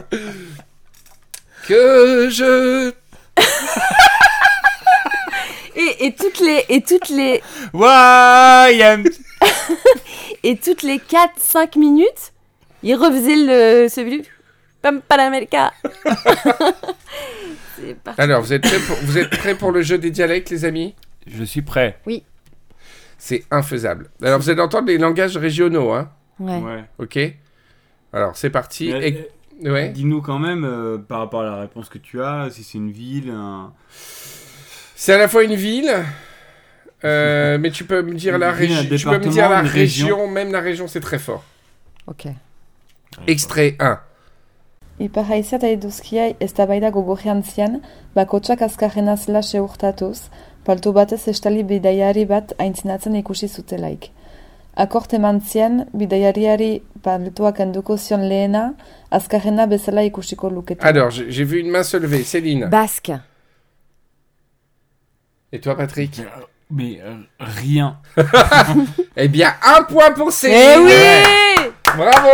S1: Que je.
S4: Et, et toutes les. Et toutes les.
S3: fois. Ouah, il y a-
S4: Et toutes les 4-5 minutes, il refaisait le, celui du Pampa l'america. C'est parti.
S1: Alors, vous êtes prêts pour, vous êtes prêts pour le jeu des dialectes, les amis
S3: Je suis prêt.
S1: C'est infaisable. Alors, vous allez entendre les langages régionaux, hein
S4: Ouais.
S1: Ok Alors, c'est parti.
S3: Mais,
S1: Et- Ouais.
S3: Dis-nous quand même, euh, par rapport à la réponse que tu as, si c'est une ville, un...
S1: C'est à la fois une ville. euh, mais tu peux me dire
S3: Une
S1: la
S3: ville, un
S1: région. Tu peux me dire
S3: département,
S1: la
S3: une région.
S1: région, même la région, c'est très fort.
S4: Ok.
S1: Extrait 1.
S7: Iparraizia eta iduzkia eztabaida gogojean zian, bakotsak azkarrenaz lase urtatuz, palto batez estali bidaiari bat aintzinatzen ikusi zutelaik. Akort eman zian, bidaiariari paltoak enduko zion lehena, azkarrena bezala ikusiko lukete.
S1: Alors, j'ai j'ai vu une main se lever. Céline.
S4: Basque.
S1: Et toi, Patrick
S3: Mais euh, rien.
S1: Eh bien, un point pour Céline.
S4: Eh oui
S1: Bravo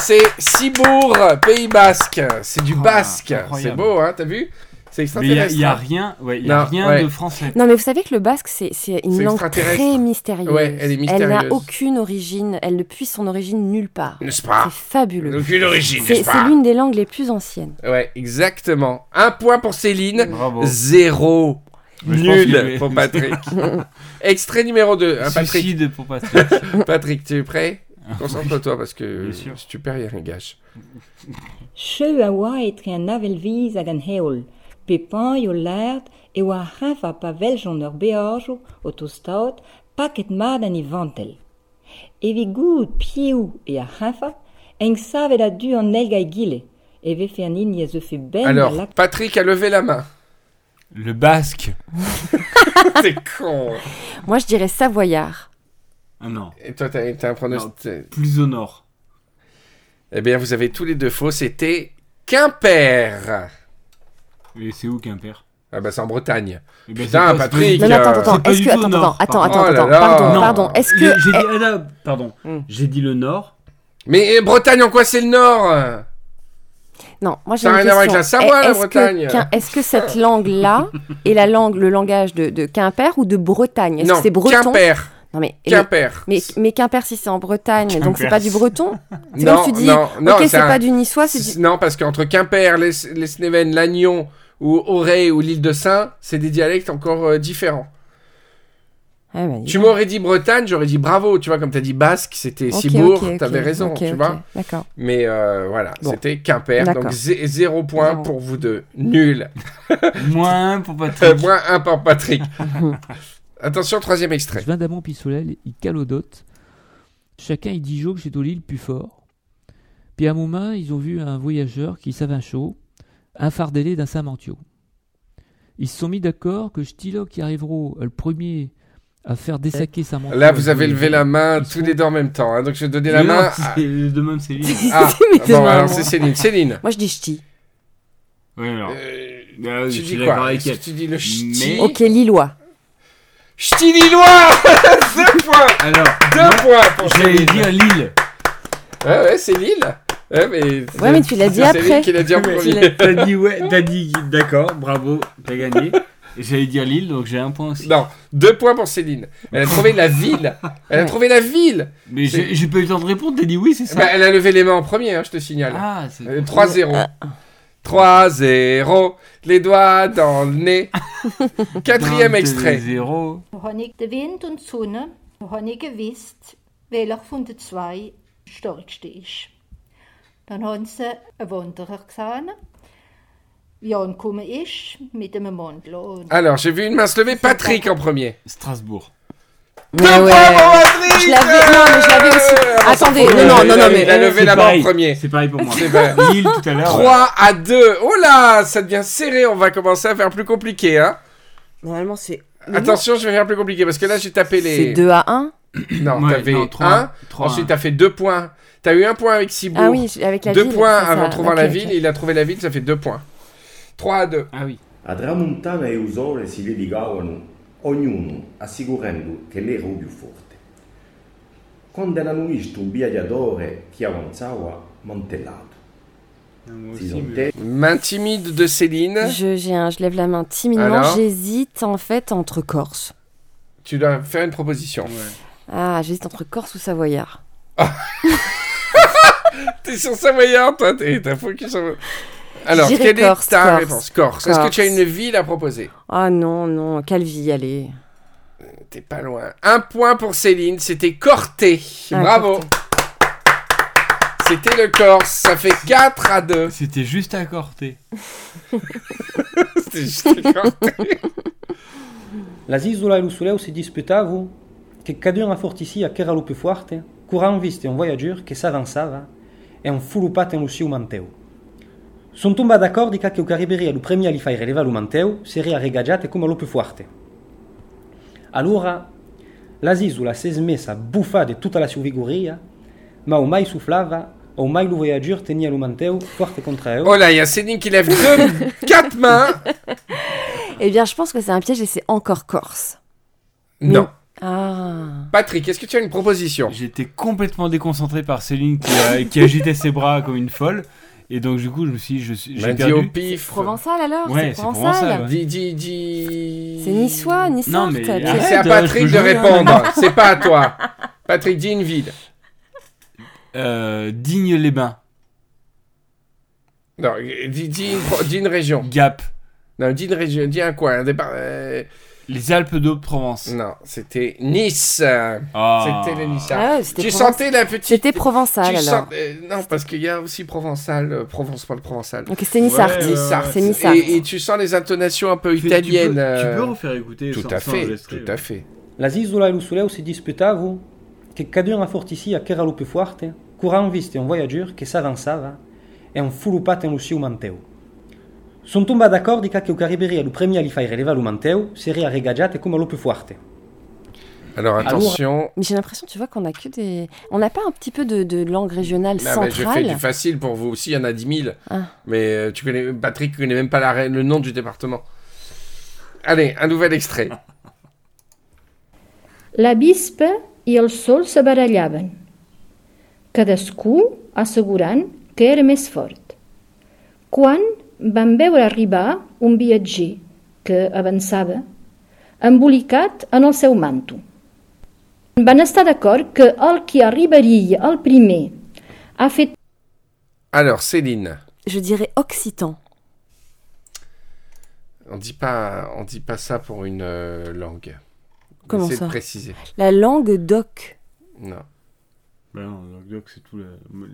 S1: C'est Cibourg, Pays Basque. C'est du
S3: Ah,
S1: basque. C'est
S3: incroyable.
S1: beau, hein, t'as vu C'est
S3: Mais il y a-
S1: extraterrestre. hein.
S3: il y a, rien, ouais, il y a
S1: Non,
S3: rien
S1: ouais.
S3: de français.
S4: Non, mais vous savez que le basque, c'est c'est une
S1: C'est
S4: langue
S1: extraterrestre.
S4: très mystérieuse.
S1: Ouais, elle est mystérieuse.
S4: n'a aucune origine, elle ne puise son origine nulle part.
S1: N'est-ce pas
S4: C'est fabuleux.
S1: Aucune origine,
S4: C'est
S1: n'est-ce
S4: c'est
S1: pas
S4: l'une des langues les plus anciennes.
S1: Ouais, exactement. Un point pour Céline,
S3: Bravo.
S1: zéro.
S3: Mais je pense qu'il y
S1: Nul
S3: avait-
S1: pour Patrick. Extrait numéro 2. Patrick,
S3: Suicide pour Patrick.
S1: Patrick, tu es prêt Concentre-toi parce que
S3: Bien sûr.
S1: si tu perds, il y a un gage.
S8: Chewawa etrian avelviz hag an heol, pepan yo lert e oa raf a paveljon ur beajo o tostaot paket mad an ivantel. Evi gout piou e a rafa, eng savet a du an elga e gile, e vefe an in yez eufe ben da
S1: Alors,
S8: lak
S1: Patrick a levé la main.
S3: Le basque.
S1: T'es con.
S4: Moi, je dirais savoyard.
S3: Ah non,
S1: Et toi, t'as t'as un pronostic.
S3: plus au nord.
S1: Eh bien, vous avez tous les deux faux. C'était Quimper.
S3: Et c'est où Quimper
S1: Ah bah, c'est en Bretagne.
S3: Eh ben,
S1: Putain,
S3: c'est pas-
S1: Patrick.
S3: c'est
S4: Non,
S1: euh,
S4: non, attends, attends,
S3: c'est pas
S4: attends. Est-ce
S3: du
S4: que.
S3: tout au
S4: Attends,
S3: nord,
S4: attends, attends,
S3: pardon.
S4: attends,
S1: Oh là
S4: attends.
S1: là.
S4: Pardon,
S3: Non,
S4: pardon. Est-ce
S3: j'ai-
S4: que.
S3: J'ai dit, ah là, pardon,
S4: Hmm.
S3: j'ai dit le nord.
S1: Mais eh, Bretagne, en quoi c'est le Nord
S4: Non, moi j'ai
S1: Ça
S4: une
S1: n'a rien à voir
S4: question.
S1: avec la Savoie, la
S4: Est-ce que
S1: Bretagne.
S4: qu'un- Est-ce que cette langue-là est la langue, le langage de, de Quimper ou de Bretagne Est-ce
S1: Non,
S4: que c'est breton
S1: Quimper.
S4: Non, mais, et-
S1: Quimper.
S4: mais, mais Quimper, si c'est en Bretagne, donc c'est
S3: Quimper.
S4: pas du breton C'est
S1: Non,
S4: comme tu dis,
S1: non, non,
S4: Ok,
S1: c'est
S4: c'est
S1: un-
S4: pas du niçois, c'est
S1: c'est-
S4: du.
S1: Non, parce qu'entre Quimper, les Sneven, Lannion ou Auray ou l'île de Saint, c'est des dialectes encore euh, différents.
S4: Ah, bah,
S1: Tu m'aurais dit Bretagne, j'aurais dit bravo, tu vois, comme t'as dit Basque, c'était
S4: ok,
S1: Cibourg,
S4: ok, ok,
S1: t'avais raison,
S4: ok,
S1: tu
S4: ok,
S1: vois.
S4: D'accord.
S1: Mais euh, voilà,
S4: Bon.
S1: c'était Quimper, donc
S4: D'accord.
S1: zé- zéro point
S4: Zéro.
S1: pour vous deux. Nul.
S3: Moins un pour
S1: Euh,
S3: Patrick.
S1: Moins un pour Patrick. Attention, troisième extrait.
S9: Je viens d'Amont Pissolel, il calodote. Chacun il dit jo que j'ai au le plus fort. Puis à Moumain, ils ont vu un voyageur qui savait un chaud, un fardelé d'un Samantio. Ils se sont mis d'accord que Stilo qui arrivera le premier à faire dessaquer Samantio.
S1: Là, vous avez levé la main tous les deux en même temps, hein, donc je vais donner la
S3: Le
S1: main
S3: nord,
S1: à-
S3: c'est- De même, c'est lui.
S1: Ah,
S4: Mais t'es
S1: bon,
S4: marrant.
S1: alors c'est Céline. Céline,
S4: Moi je dis ch'ti.
S3: Ouais, alors.
S1: euh,
S3: Ah, je
S1: tu
S3: suis
S1: dis
S3: d'accord
S1: quoi
S3: avec
S1: Est-ce
S3: elle.
S1: que Tu dis le ch'ti.
S3: Mais-
S4: Ok, lillois.
S1: Ch'ti lillois Deux points
S3: Alors,
S1: Deux points pour
S3: j'allais
S1: Céline
S3: dire Lille.
S1: Ouais, ouais, c'est Lille. Ouais, mais,
S4: Ouais, mais tu l'as dit
S1: c'est Céline
S4: après.
S1: qui l'a dit en
S3: Tu l'as-
S1: premier.
S3: T'as dit ouais, t'as dit d'accord, bravo, t'as gagné. Et J'allais dire Lille, donc j'ai un point aussi.
S1: Non, deux points pour Céline. Elle a trouvé la ville. Elle a trouvé la ville.
S3: Mais j'ai
S1: C'est-
S3: j'ai pas eu le temps de répondre, t'as dit oui, c'est ça
S1: Bah, elle a levé les mains en premier, hein, je te signale.
S3: Ah, c'est.
S1: Euh, 3-0.
S4: ah.
S1: 3-0. Les doigts dans le nez. Quatrième extrait.
S3: 0.
S10: habe ich den Wind und die Sonne, habe ich gewusst, welcher von den zwei der stärkste ist. Dann haben sie einen Wanderer gesehen, wie er angekommen ist, mit einem Mondlohn.
S1: Alors, j'ai vu une main se lever. Patrick en premier.
S3: Strasbourg.
S4: Mais ouais. Je l'avais. Non, mais je l'avais
S1: Euh,
S4: aussi. Attendez,
S1: fout,
S4: non, non,
S1: il
S4: non, non,
S1: a- il a
S4: mais.
S1: levé
S3: C'est
S1: la main en
S3: pareil,
S1: premier.
S3: C'est pareil pour moi.
S1: C'est vrai.
S3: Lille tout à l'heure.
S1: 3 à 2. Oh là, ça devient serré. On va commencer à faire plus compliqué. Hein.
S4: Normalement, c'est.
S1: Attention, je vais faire plus compliqué parce que là, j'ai tapé les.
S4: C'est 2 à 1.
S1: Non,
S3: Ouais,
S1: t'avais
S3: non,
S1: 1.
S3: trois, trois,
S1: Ensuite,
S3: un.
S1: t'as fait 2 points. T'as eu un point avec Cibourg.
S4: Ah oui, j'ai- avec la
S1: deux
S4: ville.
S1: points
S4: c'est ça.
S1: avant de trouver
S4: Ok,
S1: la
S4: ok.
S1: ville. Il a trouvé la ville, ça fait 2 points. 3 à 2.
S3: Ah oui.
S11: A tramontana e usore si litigavano, ognuno assicurando che l'era più forte. Quando era visto un viaggiatore che avanzava, mantellato. Si sente
S1: Main timide de Céline.
S4: Je, j'ai un- je lève la main timidement.
S1: Alors
S4: J'hésite en fait entre Corse.
S1: Tu dois faire une proposition.
S4: Ah, j'hésite entre Corse ou Savoyard.
S1: T'es sur Savoyard, toi. T'es t'as focus sur... Alors,
S4: J'irai
S1: quelle
S4: Corse,
S1: est ta
S4: Corse.
S1: réponse Corse. Est-ce que
S4: Corse.
S1: tu as une ville à proposer
S4: Ah non, non, Calvi, allez.
S1: T'es pas loin. Un point pour Céline, c'était Corté.
S4: Ah,
S1: Bravo. C'était le Corse, ça fait 4 à 2.
S3: C'était juste à Corté.
S1: C'était juste Corté.
S12: La isola e l'usuleu si disputavano che cadeva forte ici a che era lo più forte, curavano visto un voyageur che s'avanzava e un fulupato in lucio manteu. Sono tomba d'accordo che chi arriveria il primo a li fare levare il manteu sarebbe regaggiato come lo più forte. Allora, la isola si è smessa a buffare di tutta la sua vigoria, ma ormai soufflava, ormai il voyageur tenia il manteu forte contro lui.
S1: Oh là, il y a Céline qui lève deux, quatre mains.
S4: Eh bien, je pense que c'est un piège et c'est encore Corse.
S1: Non.
S4: Ah.
S1: Patrick, est-ce que tu as une proposition
S3: J'étais complètement déconcentré par Céline qui, a- qui agitait ses bras comme une folle. Et donc, du coup, je me suis dit, je suis- j'ai
S1: Lundi au
S3: perdu.
S1: pif.
S4: Provençal alors
S3: Ouais,
S4: C'est
S3: c'est
S4: provençal.
S3: provençal, ouais.
S1: Dis, dis, dis.
S4: C'est niçois, niçois.
S3: Non, mais arrête.
S1: C'est à
S3: Ouais, je
S1: Patrick
S3: peux
S1: de
S3: jouer, hein.
S1: répondre, c'est pas à toi. Patrick, dis une ville.
S3: Euh, Digne-les-Bains,
S1: Non, dis, dis une, pro- dis une région.
S3: Gap,
S1: Non, dis une région, dis un coin. Un départ, euh,
S3: les Alpes de Provence.
S1: Non, c'était Nice.
S3: Ah.
S1: C'était les Niçards.
S4: Ah ouais, c'était
S1: Tu
S4: provençal.
S1: sentais la petite.
S4: C'était provençal
S1: tu
S4: alors.
S1: sens- euh, non, parce qu'il y a aussi provençal, euh, Provence, pas le provençal.
S4: Donc c'est Nissart.
S3: Ouais, ouais, ouais.
S4: C'est Nissart.
S1: Et, et tu sens les intonations un peu
S3: Euh, Tu- tu peux-
S1: italiennes.
S3: Tu peux,
S1: euh,
S3: refaire écouter
S1: tout
S3: sans-
S1: à
S3: sans euh.
S1: fait,
S3: enregistrer,
S1: tout à
S3: ouais.
S1: fait.
S12: La isola e lo soleu si disputavano che cadeva forte ici a che era lo più forte, curavano visto un voyageur che s'avanzava e un fulupato in lucio manteu. Sono tomba d'accordo che chi arriveria il primo a li fare levare il manteu e sarebbe regaggiato come lo più forte.
S1: Alors
S4: Ah,
S1: attention.
S4: Mais j'ai l'impression, tu vois, qu'on a que des. On n'a pas un petit peu de, de langue régionale
S1: Là, bah, je fais
S4: centrale.
S1: du facile pour vous aussi, il y en a 10 000.
S4: Ah.
S1: Mais euh, tu connais, Patrick connaît même pas la, reine- le nom du département. Allez, un nouvel extrait.
S10: La bispa i el sol se barallaven, cadascú assegurant que era més fort. Quan van veure arribar un viatger que avançava, embolicat en el seu manto. Van estar d'acord que el qui arribaria el primer ha fet
S1: Alors, Céline,
S4: Je dirais occitan.
S1: on dit pas, on dit pas ça pour une euh, langue.
S4: Comment
S1: Essayez
S4: ça
S1: de préciser.
S4: La langue d'oc.
S1: Non.
S3: Bah non, le Languedoc, c'est tout la,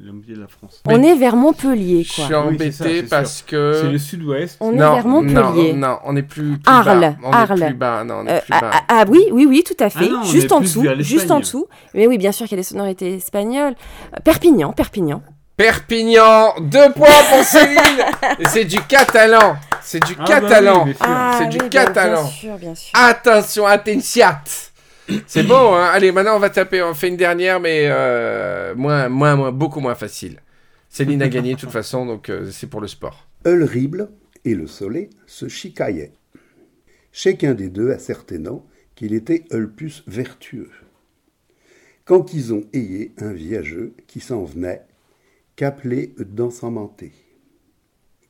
S3: la moitié de la France.
S4: On est vers Montpellier,
S1: Je
S4: quoi.
S3: Oui, c'est
S1: suis
S3: ça,
S1: embêté
S3: c'est sûr.
S1: parce
S3: C'est
S1: que.
S3: le sud-ouest.
S4: On est
S1: non,
S4: vers
S1: non,
S4: Montpellier.
S1: non, on est plus, plus
S4: Arles,
S1: bas. On est
S4: Arles.
S1: plus bas. Non, on est
S4: Euh,
S1: plus bas.
S4: ah, ah, ah, oui, oui, oui, tout à fait.
S3: Ah non, on est
S4: juste en
S3: plus
S4: dessous,
S3: vers l'Espagne.
S4: juste en dessous. Mais oui, bien sûr qu'il y a des sonorités espagnoles. Euh, Perpignan, Perpignan.
S1: Perpignan, deux points pour Céline. Et c'est du catalan. C'est du
S3: Ah bah oui,
S1: catalan.
S3: bien sûr.
S1: C'est du
S4: bah,
S1: catalan. Ah.
S4: Bien sûr, bien sûr.
S1: Attention, attention. C'est bon, hein Allez, maintenant on va taper, on fait une dernière, mais euh, moins, moins, moins, beaucoup moins facile. Céline a gagné de toute façon, donc euh, c'est pour le sport.
S11: Ulrible et le soleil se chicaillaient. Chacun des deux ascertainant qu'il était Ulpus vertueux. Quand ils ont ayé un viageux qui s'en venait,
S13: qu'appelés dansamentés.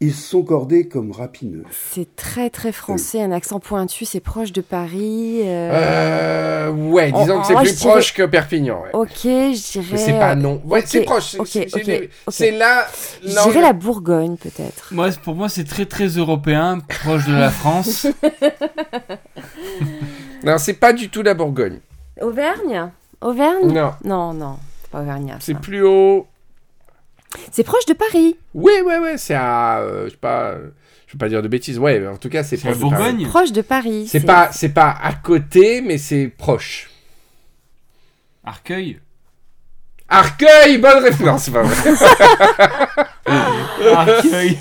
S13: Ils sont cordés comme rapineux.
S4: C'est très très français, un accent pointu, c'est proche de Paris. euh.
S1: Euh, ouais,
S4: En-
S1: disons
S4: en
S1: que c'est
S4: vrai,
S1: plus
S4: je dirais-
S1: proche que Perpignan. ouais.
S4: Ok, je dirais.
S1: Mais c'est pas non. Ouais,
S4: ok,
S1: c'est proche, c'est-
S4: ok,
S1: c'est-
S4: ok,
S1: c'est-
S4: ok.
S1: c'est là-
S4: Je
S1: là, on-
S4: dirais la Bourgogne peut-être.
S3: Moi, c'est- pour moi, c'est très très européen, proche de la France.
S1: Non, c'est pas du tout la Bourgogne.
S4: Auvergne Auvergne
S1: Non.
S4: Non, non, c'est pas Auvergne.
S1: C'est plus haut.
S4: C'est proche de Paris.
S1: Oui, ouais, ouais, c'est à. euh, je sais pas. euh, Je veux pas dire de bêtises. Ouais, mais en tout cas, c'est
S3: la
S1: proche. de Paris.
S3: Bourgogne
S4: Proche de Paris.
S1: C'est pas, c'est pas à côté, mais c'est proche.
S3: Arcueil
S1: Arcueil, bonne référence, c'est pas vrai. Ah.
S3: Arcueil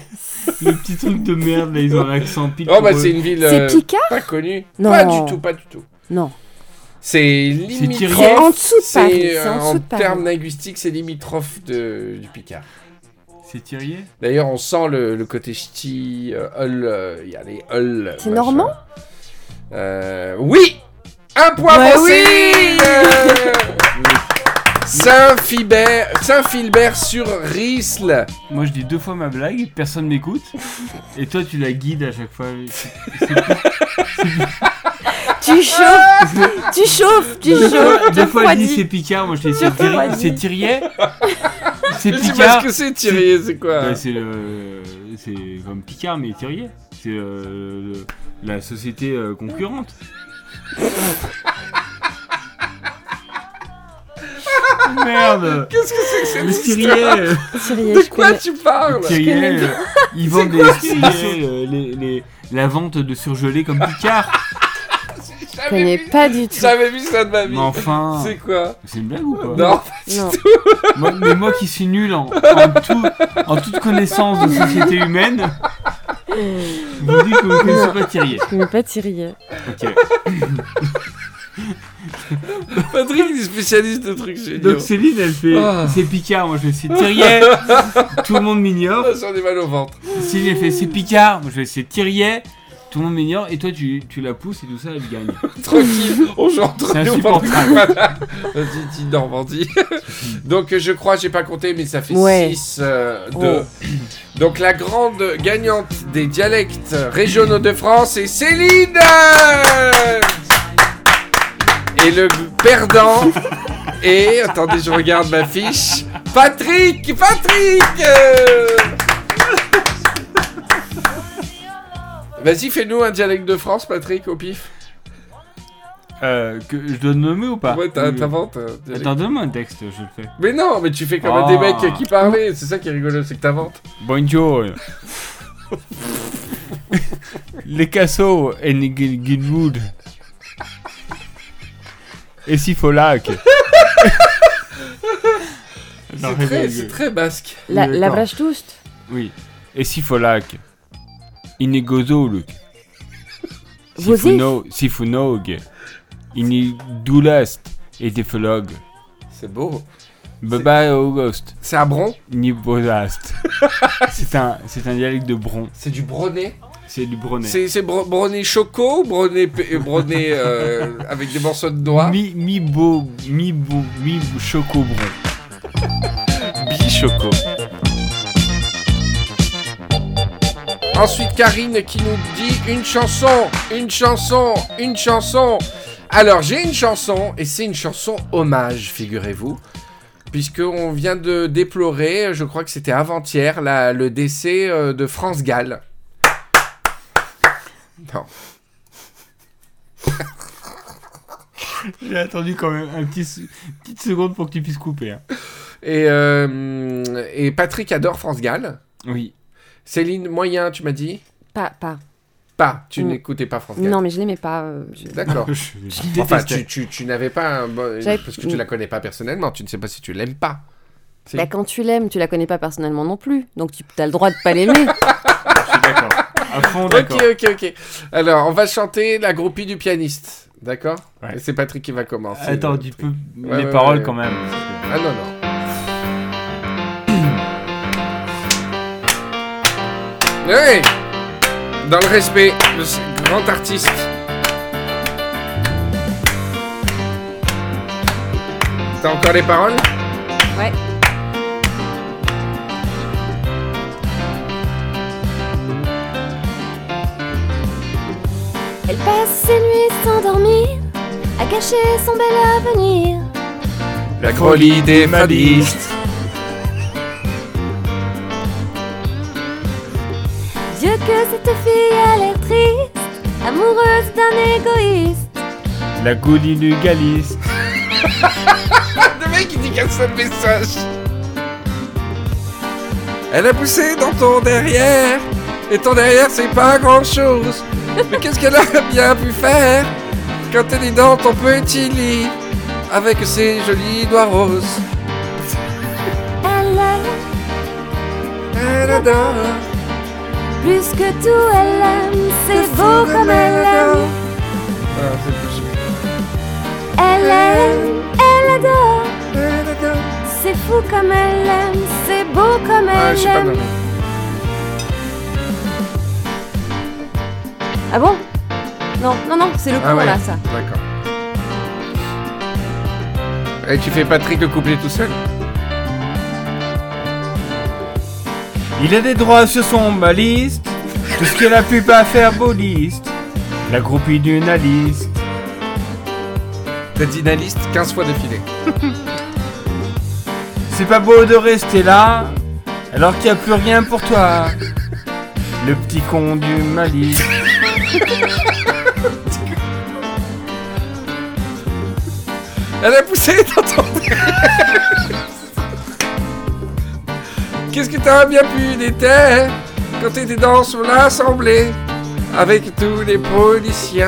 S3: Le petit truc de merde, là, ils ont l'accent pique.
S1: Oh, bah,
S3: pour
S1: c'est
S3: eux.
S1: une ville.
S4: C'est
S1: euh,
S4: Picard
S1: Pas connue.
S4: Non.
S1: Pas du tout, pas du tout.
S4: Non.
S1: C'est limitrophe.
S3: Thierry. C'est
S4: en dessous de
S1: c'est,
S4: Paris, c'est
S1: euh,
S4: en dessous de Paris.
S1: termes linguistiques, c'est limitrophe de, du Picard.
S3: C'est Thierry
S1: D'ailleurs, on sent le, le côté ch'ti, euh, hull, euh, il y a les hull. euh,
S4: C'est
S1: machin.
S4: normand
S1: Euh, Oui Un point
S4: Ouais,
S1: pour
S4: Bah oui
S1: Céline Saint-Philbert Saint-Philbert sur Risle.
S3: Moi, je dis deux fois ma blague, personne m'écoute. Et toi, tu la guides à chaque fois. C'est- c'est-
S4: Tu chauffes Tu chauffes Tu
S3: Deux fois-
S4: chauffes
S3: deux fois, elle dit
S4: refroidis.
S3: c'est Picard, moi je dis c'est Thierry, c'est
S4: refroidis.
S3: Thierry, c'est
S1: Je sais pas
S3: Picard.
S1: ce que c'est, Thierry, c'est quoi
S3: Bah, c'est le, c'est comme Picard mais Thierry, c'est euh, le- la société euh, concurrente. Merde.
S1: Qu'est-ce que c'est que cette
S3: Mais Thierry,
S1: histoire
S3: euh,
S4: Thierry,
S1: De
S4: je
S1: quoi
S4: connais-
S1: tu parles
S3: Thierry,
S4: connais
S3: euh, ils vendent
S1: quoi
S3: des-
S1: ce
S3: Thierry,
S1: truc
S3: euh, les- les- la vente de surgelés comme Picard.
S4: je connais pas du tout.
S1: J'avais vu ça de ma vie.
S3: Mais enfin,
S1: C'est quoi
S3: c'est une blague ou pas
S1: Non,
S4: Non.
S3: Moi, mais moi qui suis nul en, en, tout- en toute connaissance de société humaine, je vous dis que vous ne connaissez pas Thierry.
S4: Je connais pas Thierry.
S3: Ok.
S1: Patrick, il est spécialiste de trucs géniaux.
S3: Donc Céline, elle fait.
S1: Ah.
S3: C'est Picard, moi je vais essayer Thierry. Tout le monde m'ignore.
S1: Ah, J'en ai mal au ventre.
S3: Céline, elle fait c'est Picard, moi je vais essayer Thierry. Tout le monde m'ignore. Et toi, tu, tu la pousses et tout ça, elle gagne.
S1: Tranquille, on joue entre
S3: C'est
S1: nous.
S3: insupportable.
S1: Voilà. Vas-y, dis Normandie. Donc euh, je crois, j'ai pas compté, mais ça fait
S4: Ouais.
S1: 6, 2. Donc la grande gagnante des dialectes régionaux de France est Céline Et le perdant est, attendez, je regarde ma fiche, Patrick Patrick Vas-y, fais-nous un dialecte de France, Patrick, au pif.
S3: Euh, que, je dois nommer ou pas
S1: Ouais, t'as- t'inventes. euh, dialecte.
S3: Attends, donne-moi un texte, je le fais.
S1: Mais non, mais tu fais comme
S3: Ah.
S1: des mecs qui parlaient, c'est ça qui est rigolo, c'est que t'inventes.
S3: Bonjour. Les cassos et Gilwood. Et Sifolac.
S1: C'est très, euh, c'est très basque.
S4: La,
S3: Oui,
S4: la
S3: d'accord.
S4: brèche touste.
S3: Oui. Et Sifolac. Inigozoluk.
S4: Vosif.
S3: Sifuno- Sifunog. Inidulast. Et Defolog.
S1: C'est beau.
S3: Baba Auguste.
S1: C'est à Bron
S3: Nibodast. C'est un, c'est un dialecte de Bron.
S1: C'est du Broné
S3: C'est du Bronais.
S1: C'est c'est bro- Broné choco, Broné, p- euh, broné euh, avec des morceaux de doigts.
S3: Mi, mi beau, mi beau, mi chocobron.
S1: Bichoco. Ensuite, Karine qui nous dit une chanson, une chanson, une chanson. Alors, j'ai une chanson, et c'est une chanson hommage, figurez-vous. Puisqu'on vient de déplorer, je crois que c'était avant-hier, la- le décès euh, de France Gall. Non.
S3: J'ai attendu quand même un petit, sou- petite seconde pour que tu puisses couper. hein.
S1: Et, euh, et Patrick adore France Gall.
S3: Oui.
S1: Céline, moyen, tu m'as dit
S4: Pas, pas.
S1: Pas, tu
S4: Mm.
S1: n'écoutais pas France Gall.
S4: Non, mais je l'aimais pas. euh, je-
S1: D'accord.
S3: Je détestais.
S1: Enfin, tu, tu, tu n'avais pas un bon-
S4: J'avais-
S1: Parce que tu la connais pas personnellement, tu ne sais pas si tu l'aimes pas. Si.
S4: Bah, quand tu l'aimes, tu la connais pas personnellement non plus. Donc tu as le droit de pas l'aimer.
S3: Je suis d'accord. À fond,
S1: Ok,
S3: d'accord.
S1: ok, ok. Alors, on va chanter la groupie du pianiste. D'accord
S3: Ouais.
S1: Et C'est Patrick qui va commencer.
S3: Attends,
S1: le
S3: tu peux
S1: truc. Ouais,
S3: les
S1: ouais,
S3: paroles
S1: ouais.
S3: quand même. parce
S1: Ah non, non. Hey Dans le respect de ce grand artiste. T'as encore les paroles
S4: Ouais.
S14: Elle passe ses nuits sans dormir, à cacher son bel avenir.
S1: La folie des fadistes.
S14: Dieu que cette fille a l'air triste, amoureuse d'un égoïste.
S3: La colis du Galice.
S1: Le mec il dit qu'un seul message. Elle a poussé dans ton derrière. Et ton derrière c'est pas grand chose. Mais qu'est-ce qu'elle a bien pu faire quand elle est dans ton petit lit avec ses jolis doigts roses.
S14: Elle aime, elle adore. Plus que tout, elle aime, c'est beau comme elle aime.
S1: Ah,
S14: Elle
S1: Euh,
S14: aime, elle adore. C'est fou comme elle aime, c'est beau comme
S1: Ah, je
S14: elle
S1: sais pas
S14: aime.
S1: non.
S4: Ah bon Non, non, non, c'est le
S1: Ah
S4: cours
S1: ouais,
S4: là, ça.
S1: D'accord. Et tu fais Patrick le couplet tout seul
S3: Il a des droits sur son baliste. Tout ce qu'elle a pu pas faire, boliste. La groupie d'une Alice.
S1: T'as dit Naliste 15 fois défilé.
S3: C'est pas beau de rester là, alors qu'il n'y a plus rien pour toi. Le petit con du Mali.
S1: Elle a poussé dans ton Qu'est-ce que t'as bien pu déterrer quand t'étais dans son assemblée avec tous les policiers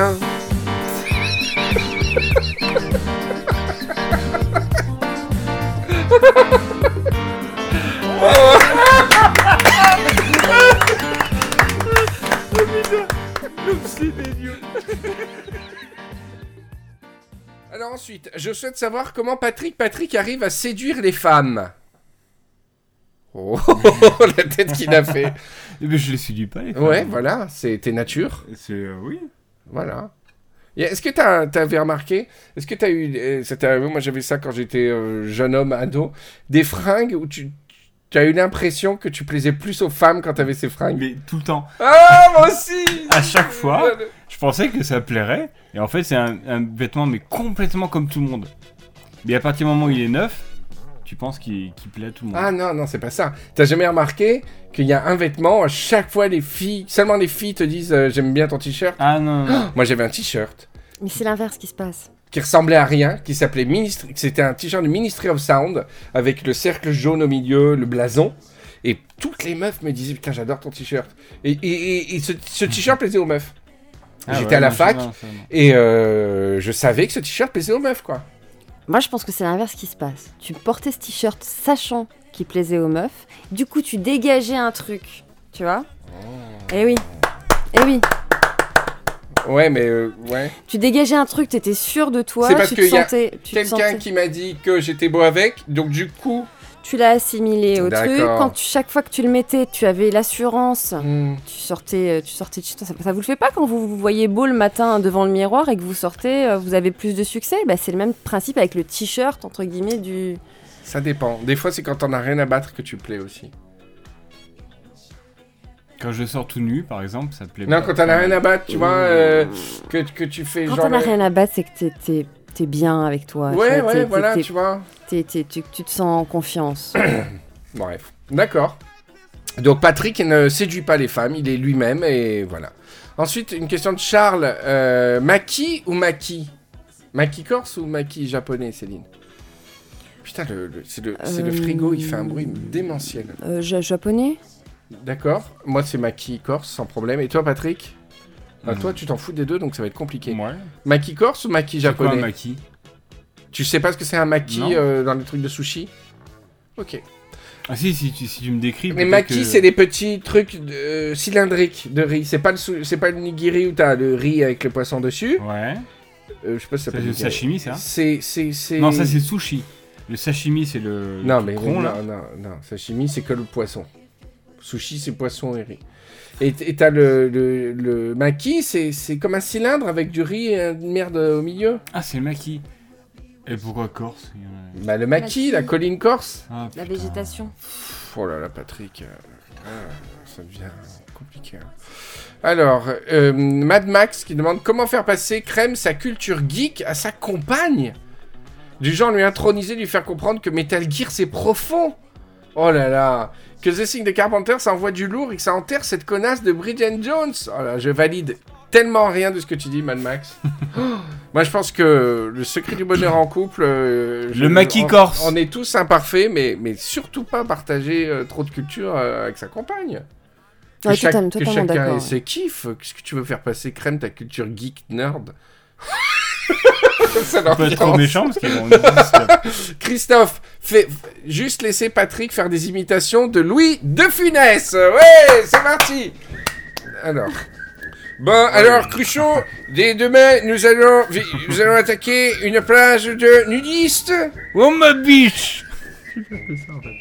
S1: Alors ensuite, je souhaite savoir comment Patrick Patrick arrive à séduire les femmes. Oh, la tête qu'il a fait.
S3: Mais je les séduis pas, les femmes.
S1: Ouais, voilà, c'est tes natures.
S3: C'est euh, oui.
S1: Voilà. Et Est-ce que t'as- t'avais remarqué Est-ce que t'as eu euh, ça t'est arrivé Moi, j'avais ça quand j'étais euh, jeune homme ado. Des fringues où tu as eu l'impression que tu plaisais plus aux femmes quand t'avais ces fringues.
S3: Mais tout le temps.
S1: Ah, moi aussi Ah,
S3: À chaque fois, je pensais que ça plairait, et en fait, c'est un, un vêtement, mais complètement comme tout le monde. Mais à partir du moment où il est neuf, tu penses qu'il qu'il plaît à tout le monde.
S1: Ah non, non, c'est pas ça. T'as jamais remarqué qu'il y a un vêtement, à chaque fois les filles, seulement les filles te disent euh, j'aime bien ton t-shirt
S3: Ah non.
S1: Moi j'avais un t-shirt
S4: Mais c'est l'inverse qui se passe.
S1: qui ressemblait à rien, qui s'appelait Ministry, c'était un t-shirt du Ministry of Sound avec le cercle jaune au milieu, le blason. Et toutes les meufs me disaient putain j'adore ton t-shirt. Et, et- et- et ce, ce t-shirt plaisait aux meufs.
S3: Ah
S1: J'étais
S3: ouais,
S1: à la
S3: non, c'est
S1: fac
S3: bien, ça, non.
S1: et euh, je savais que ce t-shirt plaisait aux meufs quoi.
S4: Moi, je pense que c'est l'inverse qui se passe. Tu portais ce t-shirt sachant qu'il plaisait aux meufs. Du coup, tu dégageais un truc, tu vois
S1: Oh.
S4: Eh oui, eh oui.
S1: Ouais mais euh, ouais.
S4: Tu dégageais un truc, t'étais sûr de toi,
S1: C'est parce
S4: tu
S1: que
S4: te
S1: y a
S4: sentais... tu te
S1: Quelqu'un
S4: sentais-
S1: qui m'a dit que j'étais beau avec, donc du coup
S4: Tu l'as assimilé au truc.
S1: D'accord.
S4: Quand tu- chaque fois que tu le mettais, tu avais l'assurance.
S1: Tu
S4: sortais, euh, tu sortais de chez toi. Ça, ça vous le fait pas quand vous vous voyez beau le matin devant le miroir et que vous sortez, euh, vous avez plus de succès. Bah, c'est le même principe avec le t-shirt entre guillemets du.
S1: Ça dépend. Des fois, c'est quand t'en as rien à battre que tu plais aussi.
S3: Quand je sors tout nu, par exemple, ça plaît
S1: Non,
S3: pas.
S1: quand t'en as rien à battre, tu vois, euh, que, que tu fais
S4: Quand
S1: genre.
S4: t'en as
S1: le-
S4: rien à battre, c'est que t'es- t'es t'es bien avec
S1: Ouais,
S4: toi. tu vois,
S1: ouais,
S4: t'es- t'es-
S1: voilà,
S4: t'es-
S1: tu vois.
S4: t'es- t'es- tu, tu te sens en confiance.
S1: Bref. D'accord. Donc, Patrick ne séduit pas les femmes, il est lui-même et voilà. Ensuite, une question de Charles. Euh, maki ou Maki Maki corse ou Maki japonais, Céline Putain, le, le- c'est le, c'est le
S4: Euh,
S1: frigo, il fait un bruit démentiel.
S4: Euh, ja- japonais
S1: D'accord. Moi, c'est Maki Corse, sans problème. Et toi, Patrick Bah,
S3: Euh.
S1: Toi, tu t'en fous des deux, donc ça va être compliqué. Maki Corse ou Maki
S3: C'est quoi
S1: japonais
S3: un maki
S1: Tu sais pas ce que c'est un Maki
S3: Non.
S1: euh, dans les trucs de sushi Ok.
S3: Ah si, si tu, si tu me décris.
S1: Les
S3: peut-être
S1: Maki,
S3: que-
S1: c'est des petits trucs euh, cylindriques de riz. C'est pas le, sou- c'est pas le nigiri où t'as le riz avec le poisson dessus. Euh,
S3: Ouais.
S1: je sais pas si ça
S3: C'est
S1: peut
S3: le
S1: dire.
S3: sashimi, ça
S1: C'est, c'est, c'est.
S3: Non, ça c'est sushi. Le sashimi, c'est le.
S1: Non,
S3: le
S1: mais
S3: cron,
S1: non,
S3: là.
S1: non, non. Sashimi, c'est que le poisson. Sushi, c'est poisson et riz. Et t- et t'as le, le, le maki, c'est c'est comme un cylindre avec du riz et une merde au milieu.
S3: Ah, c'est le maki. Et pourquoi Corse Il y en a-
S1: Bah, le maquis, la colline corse.
S3: Ah,
S4: La végétation.
S1: Pff, Oh là là, Patrick. euh, ah, ça devient compliqué. hein. Alors, euh, Mad Max qui demande comment faire passer Crème sa culture geek à sa compagne Du genre lui introniser, lui faire comprendre que Metal Gear c'est profond Oh là là Que The Sign de Carpenter ça envoie du lourd et que ça enterre cette connasse de Bridget Jones Oh là, je valide tellement rien de ce que tu dis, Mad Max. Oh, Moi je pense que le secret du bonheur en couple. euh, je-
S3: Le maquis
S1: on-
S3: corse.
S1: On est tous imparfaits, mais, mais surtout pas partager euh, trop de culture euh, avec sa compagne.
S4: Ouais,
S1: chaque-
S4: Ah, totalement- totalement
S1: chacun
S4: d'accord,
S1: ait
S4: ouais.
S1: ses kiffs. Qu'est-ce que tu veux faire passer crème ta culture geek nerd Ça leur
S3: Faut pas être
S1: lance.
S3: trop méchant, parce qu'ils vont nous dire
S1: Christophe, fais juste laisser Patrick faire des imitations de Louis de Funès. Ouais, c'est parti. Alors. Bon, alors, Cruchot, dès demain, nous allons, vi- nous allons attaquer une plage de nudistes. Oh, ma biche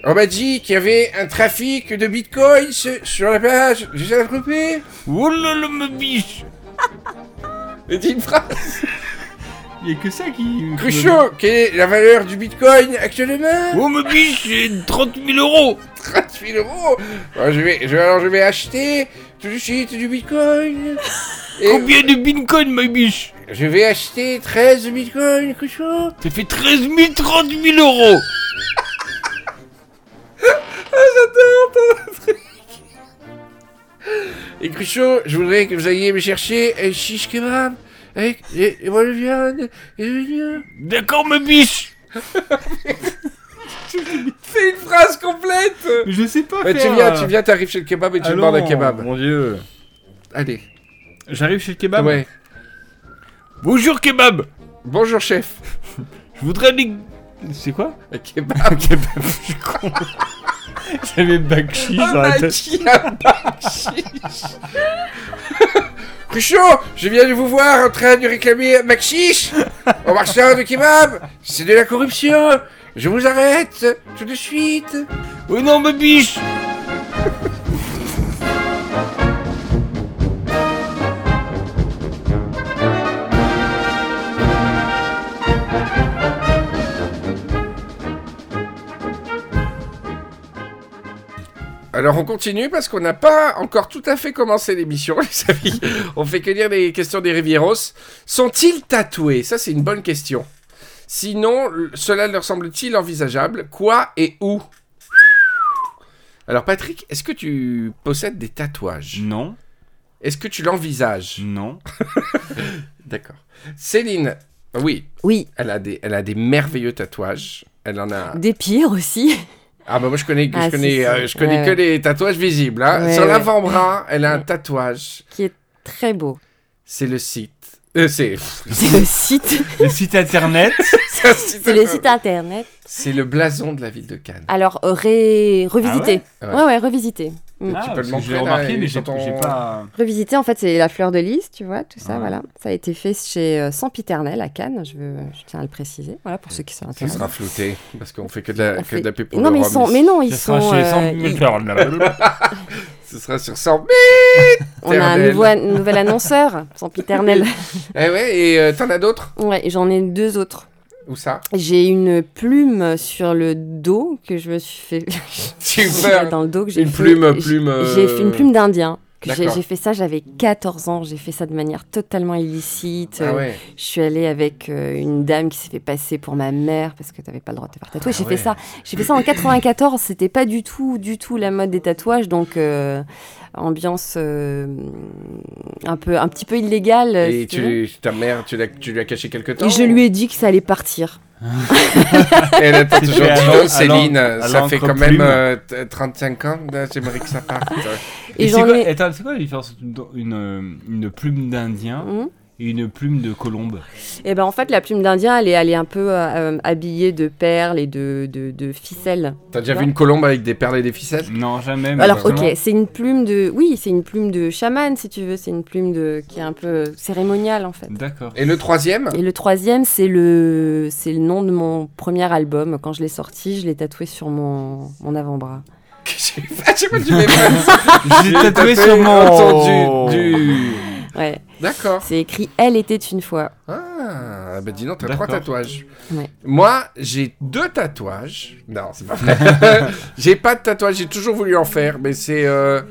S1: On m'a dit qu'il y avait un trafic de bitcoins sur la plage. J'ai attrapé Oh là là, ma biche Dis une phrase
S3: Il y a que ça qui.
S1: Cruchot, quelle est la valeur du bitcoin actuellement
S3: Oh, ma biche, c'est 30 000 euros
S1: 30 000 euros Bon, Bah, je vais, je, alors je vais acheter tout de suite du bitcoin. Combien de bitcoin, ma biche Je vais acheter 13 bitcoins, Cruchot.
S3: Ça fait 13 000, 30 000 euros
S1: Et Cruchot, je voudrais que vous alliez me chercher un shish kebab avec les les bonnes viandes et de l'oignon. D'accord, ma biche Fais une phrase complète
S3: Je sais pas
S1: Tu
S3: faire,
S1: viens,
S3: euh,
S1: tu viens, t'arrives chez le kebab et tu
S3: Allons,
S1: demandes un kebab.
S3: Mon dieu.
S1: Allez.
S3: J'arrive chez le kebab
S1: Ouais.
S3: Bonjour kebab
S1: Bonjour chef
S3: Je voudrais des... C'est quoi
S1: Un kebab Un
S3: kebab, je suis con J'avais bakshi
S1: Un
S3: dans la tête
S1: bakshi, un bakshi. Cruchot, je viens de vous voir en train de réclamer un Maxis au marchand de kebab. C'est de la corruption. Je vous arrête tout de suite.
S3: Oh non, ma biche
S1: Alors on continue parce qu'on n'a pas encore tout à fait commencé l'émission, les amis. On fait que lire les questions des Rivieros. Sont-ils tatoués Ça c'est une bonne question. Sinon, l- cela leur semble-t-il envisageable Quoi et où Alors Patrick, est-ce que tu possèdes des tatouages
S3: Non.
S1: Est-ce que tu l'envisages
S3: Non.
S1: D'accord. Céline, oui.
S4: Oui.
S1: Elle a des, elle a des merveilleux tatouages. Elle en a.
S4: Des pires aussi.
S1: Ah bah moi je connais,
S4: Ah,
S1: je
S4: si,
S1: connais,
S4: si.
S1: euh, je connais
S4: Ouais,
S1: que
S4: ouais.
S1: les tatouages visibles. hein.
S4: Ouais,
S1: Sur
S4: ouais.
S1: l'avant-bras, elle a un tatouage.
S4: Qui est très beau.
S1: C'est le site. Euh, c'est.
S4: C'est le site.
S3: Le site internet.
S4: C'est le site internet.
S1: C'est le blason de la ville de Cannes.
S4: Alors, euh, ré- revisité.
S1: Ah ouais
S4: ouais,
S1: Ouais.
S4: ouais, revisité. Mm.
S1: Tu peux
S3: Ah, parce
S1: le
S3: que
S1: montrer,
S3: je l'ai
S1: là,
S3: remarqué,
S1: et
S3: mais j'ai-
S1: quand on-
S3: j'ai pas-
S4: Revisité, en fait, c'est la fleur de lys, tu vois, tout ça,
S1: Ouais.
S4: voilà. Ça a été fait chez euh, Sempiternel à Cannes, je, veux, je tiens à le préciser, voilà, pour ceux qui sont
S1: Ça
S4: intéressés.
S1: sera flouté parce qu'on fait que de la,
S4: On
S1: que de la pub pour
S4: Non,
S1: le
S4: mais ils
S1: rhum
S4: sont-
S1: ici.
S4: mais non, ils Ça sera sont, chez euh, 100 000 ils-
S1: Ce sera sur 100
S4: On a un nouveau, un nouvel annonceur, Sempiternel.
S1: Eh ouais, et euh, t'en as d'autres
S4: Ouais, et j'en ai deux autres.
S1: Où ça
S4: J'ai une plume sur le dos que je me suis fait.
S1: Super.
S4: Dans le dos que j'ai
S1: Une
S4: fait-
S1: plume,
S4: j'ai-
S1: plume, euh,
S4: J'ai fait une plume d'Indien. que J'ai
S1: D'accord.
S4: j'ai fait ça, j'avais 14 ans. J'ai fait ça de manière totalement illicite.
S1: Ah
S4: Euh,
S1: ouais.
S4: Je suis allée avec euh, une dame qui s'est fait passer pour ma mère parce que t'avais pas le droit de te faire tatouer.
S1: Ah
S4: j'ai
S1: ouais.
S4: fait ça. J'ai fait ça en 94. C'était pas du tout, du tout la mode des tatouages. Donc euh, ambiance euh, un peu, un petit peu illégale. euh, si
S1: Et
S4: tu veux.
S1: tu, ta mère, tu l'as, tu lui as caché quelque temps
S4: Et je lui ai dit que ça allait partir.
S1: Elle attend
S4: C'était
S1: toujours.
S4: à
S1: Dis
S4: l'en-
S1: donc,
S4: à
S1: Céline,
S4: l'en- à
S1: ça fait
S3: l'encre
S1: quand même
S3: plume.
S1: euh, t- 35 ans. là, J'aimerais que ça parte.
S3: Et c'est quoi, attends, c'est quoi la différence entre une, une, une plume d'Indien
S4: Mhm.
S3: et une plume de colombe
S4: Et ben en fait, la plume d'Indien, elle est, elle est un peu euh, euh, habillée de perles et de, de, de ficelles.
S1: T'as déjà
S4: Tu
S1: vu
S4: vois
S1: une colombe avec des perles et des ficelles
S3: Non, jamais.
S4: Alors ok, c'est une plume de, oui, c'est une plume de chaman si tu veux, c'est une plume de qui est un peu cérémoniale en fait.
S3: D'accord.
S1: Et le troisième
S4: Et le troisième, c'est le, c'est le nom de mon premier album. Quand je l'ai sorti, je l'ai tatoué sur mon, mon avant-bras.
S1: Je sais pas, tu m'es pas-
S4: J'ai tatoué sur mon-
S1: autour du, du-
S4: Ouais.
S1: D'accord.
S4: C'est écrit Elle était une fois.
S1: Ah, bah dis donc, t'as trois
S4: D'accord.
S1: tatouages.
S4: Ouais.
S1: Moi, j'ai deux tatouages. Non, c'est pas vrai. j'ai pas de tatouage, j'ai toujours voulu en faire, mais c'est. euh,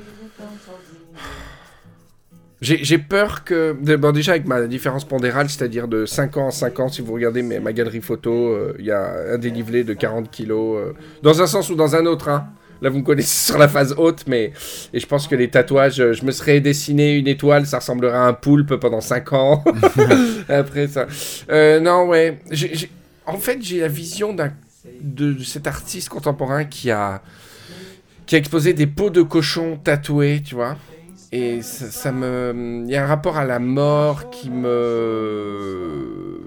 S1: J'ai j'ai peur que. de- Bon, déjà, avec ma différence pondérale, c'est-à-dire de 5 ans en 5 ans, si vous regardez mes- ma galerie photo, euh, il y a un dénivelé de 40 kilos. euh, dans un sens ou dans un autre, hein. Là, vous me connaissez sur la phase haute, mais. Et je pense que les tatouages, euh, je me serais dessiné une étoile, ça ressemblerait à un poulpe pendant 5 ans. Après ça. Euh, non, ouais. J'ai- j'ai- En fait, j'ai la vision d'un- de, de cet artiste contemporain qui a qui a exposé des peaux de cochon tatouées, tu vois. Et ça, ça me, il y a un rapport à la mort qui me,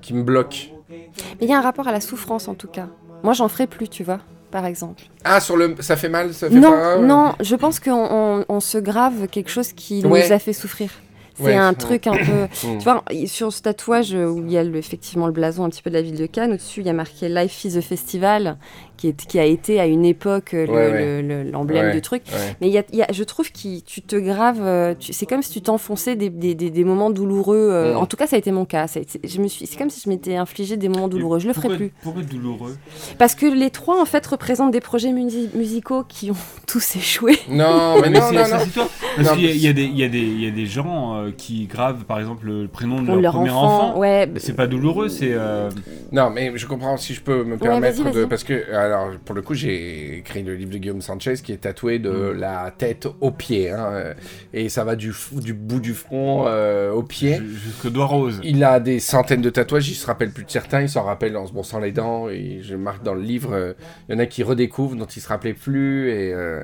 S1: qui me bloque.
S4: Mais il y a un rapport à la souffrance en tout cas. Moi, j'en ferai plus, tu vois, par exemple.
S1: Ah, sur le, ça fait mal, ça fait
S4: Non,
S1: pas-
S4: non, je pense qu'on on- on se grave quelque chose qui
S1: Ouais.
S4: nous a fait souffrir. C'est
S1: Ouais,
S4: un
S1: ouais.
S4: truc un peu.
S1: Mm.
S4: tu vois, sur ce tatouage euh, où il y a le- effectivement le blason un petit peu de la ville de Cannes, au-dessus il y a marqué Life is a Festival, qui, est, qui a été à une époque euh, le-
S1: Ouais, ouais.
S4: le- le- l'emblème
S1: Ouais,
S4: du truc.
S1: ouais.
S4: Mais il y a- il y a- je trouve que tu te graves. euh, tu- C'est comme si tu t'enfonçais des, des- des- des moments douloureux. euh,
S3: Mm.
S4: En tout cas, ça a été mon cas. Ça a été- je me suis- C'est comme si je m'étais infligé des moments douloureux. Je le ferai
S3: Pourquoi-
S4: plus.
S3: Pourquoi douloureux
S4: Parce que les trois, en fait, représentent des projets musi- musicaux qui ont tous échoué.
S1: Non, mais, non,
S3: c'est-
S1: non,
S3: ça,
S1: non.
S3: c'est toi.
S1: Non,
S3: Parce qu'il y a-
S1: mais-
S3: il y, a des- il y a des- il y a des gens euh, qui gravent, par exemple, le prénom de
S4: Pour
S3: leur,
S4: leur
S3: premier
S4: enfant,
S3: enfant.
S4: ouais.
S3: Mais C'est pas douloureux, c'est. euh,
S1: Non, mais je comprends si je peux me
S4: Ouais,
S1: permettre
S4: vas-y,
S1: de.
S4: vas-y.
S1: Parce que, alors, pour le coup, j'ai écrit le livre de Guillaume Sanchez qui est tatoué de
S4: Mm.
S1: la tête aux pieds. hein, euh, et ça va du, f- du bout du front euh, aux pieds.
S3: Jusque doigt rose.
S1: Il a des centaines de tatouages, il se rappelle plus de certains, il s'en rappelle en se brossant les dents. Et je marque dans le livre, euh, il y en a qui redécouvrent, dont il se rappelait plus. Et. euh,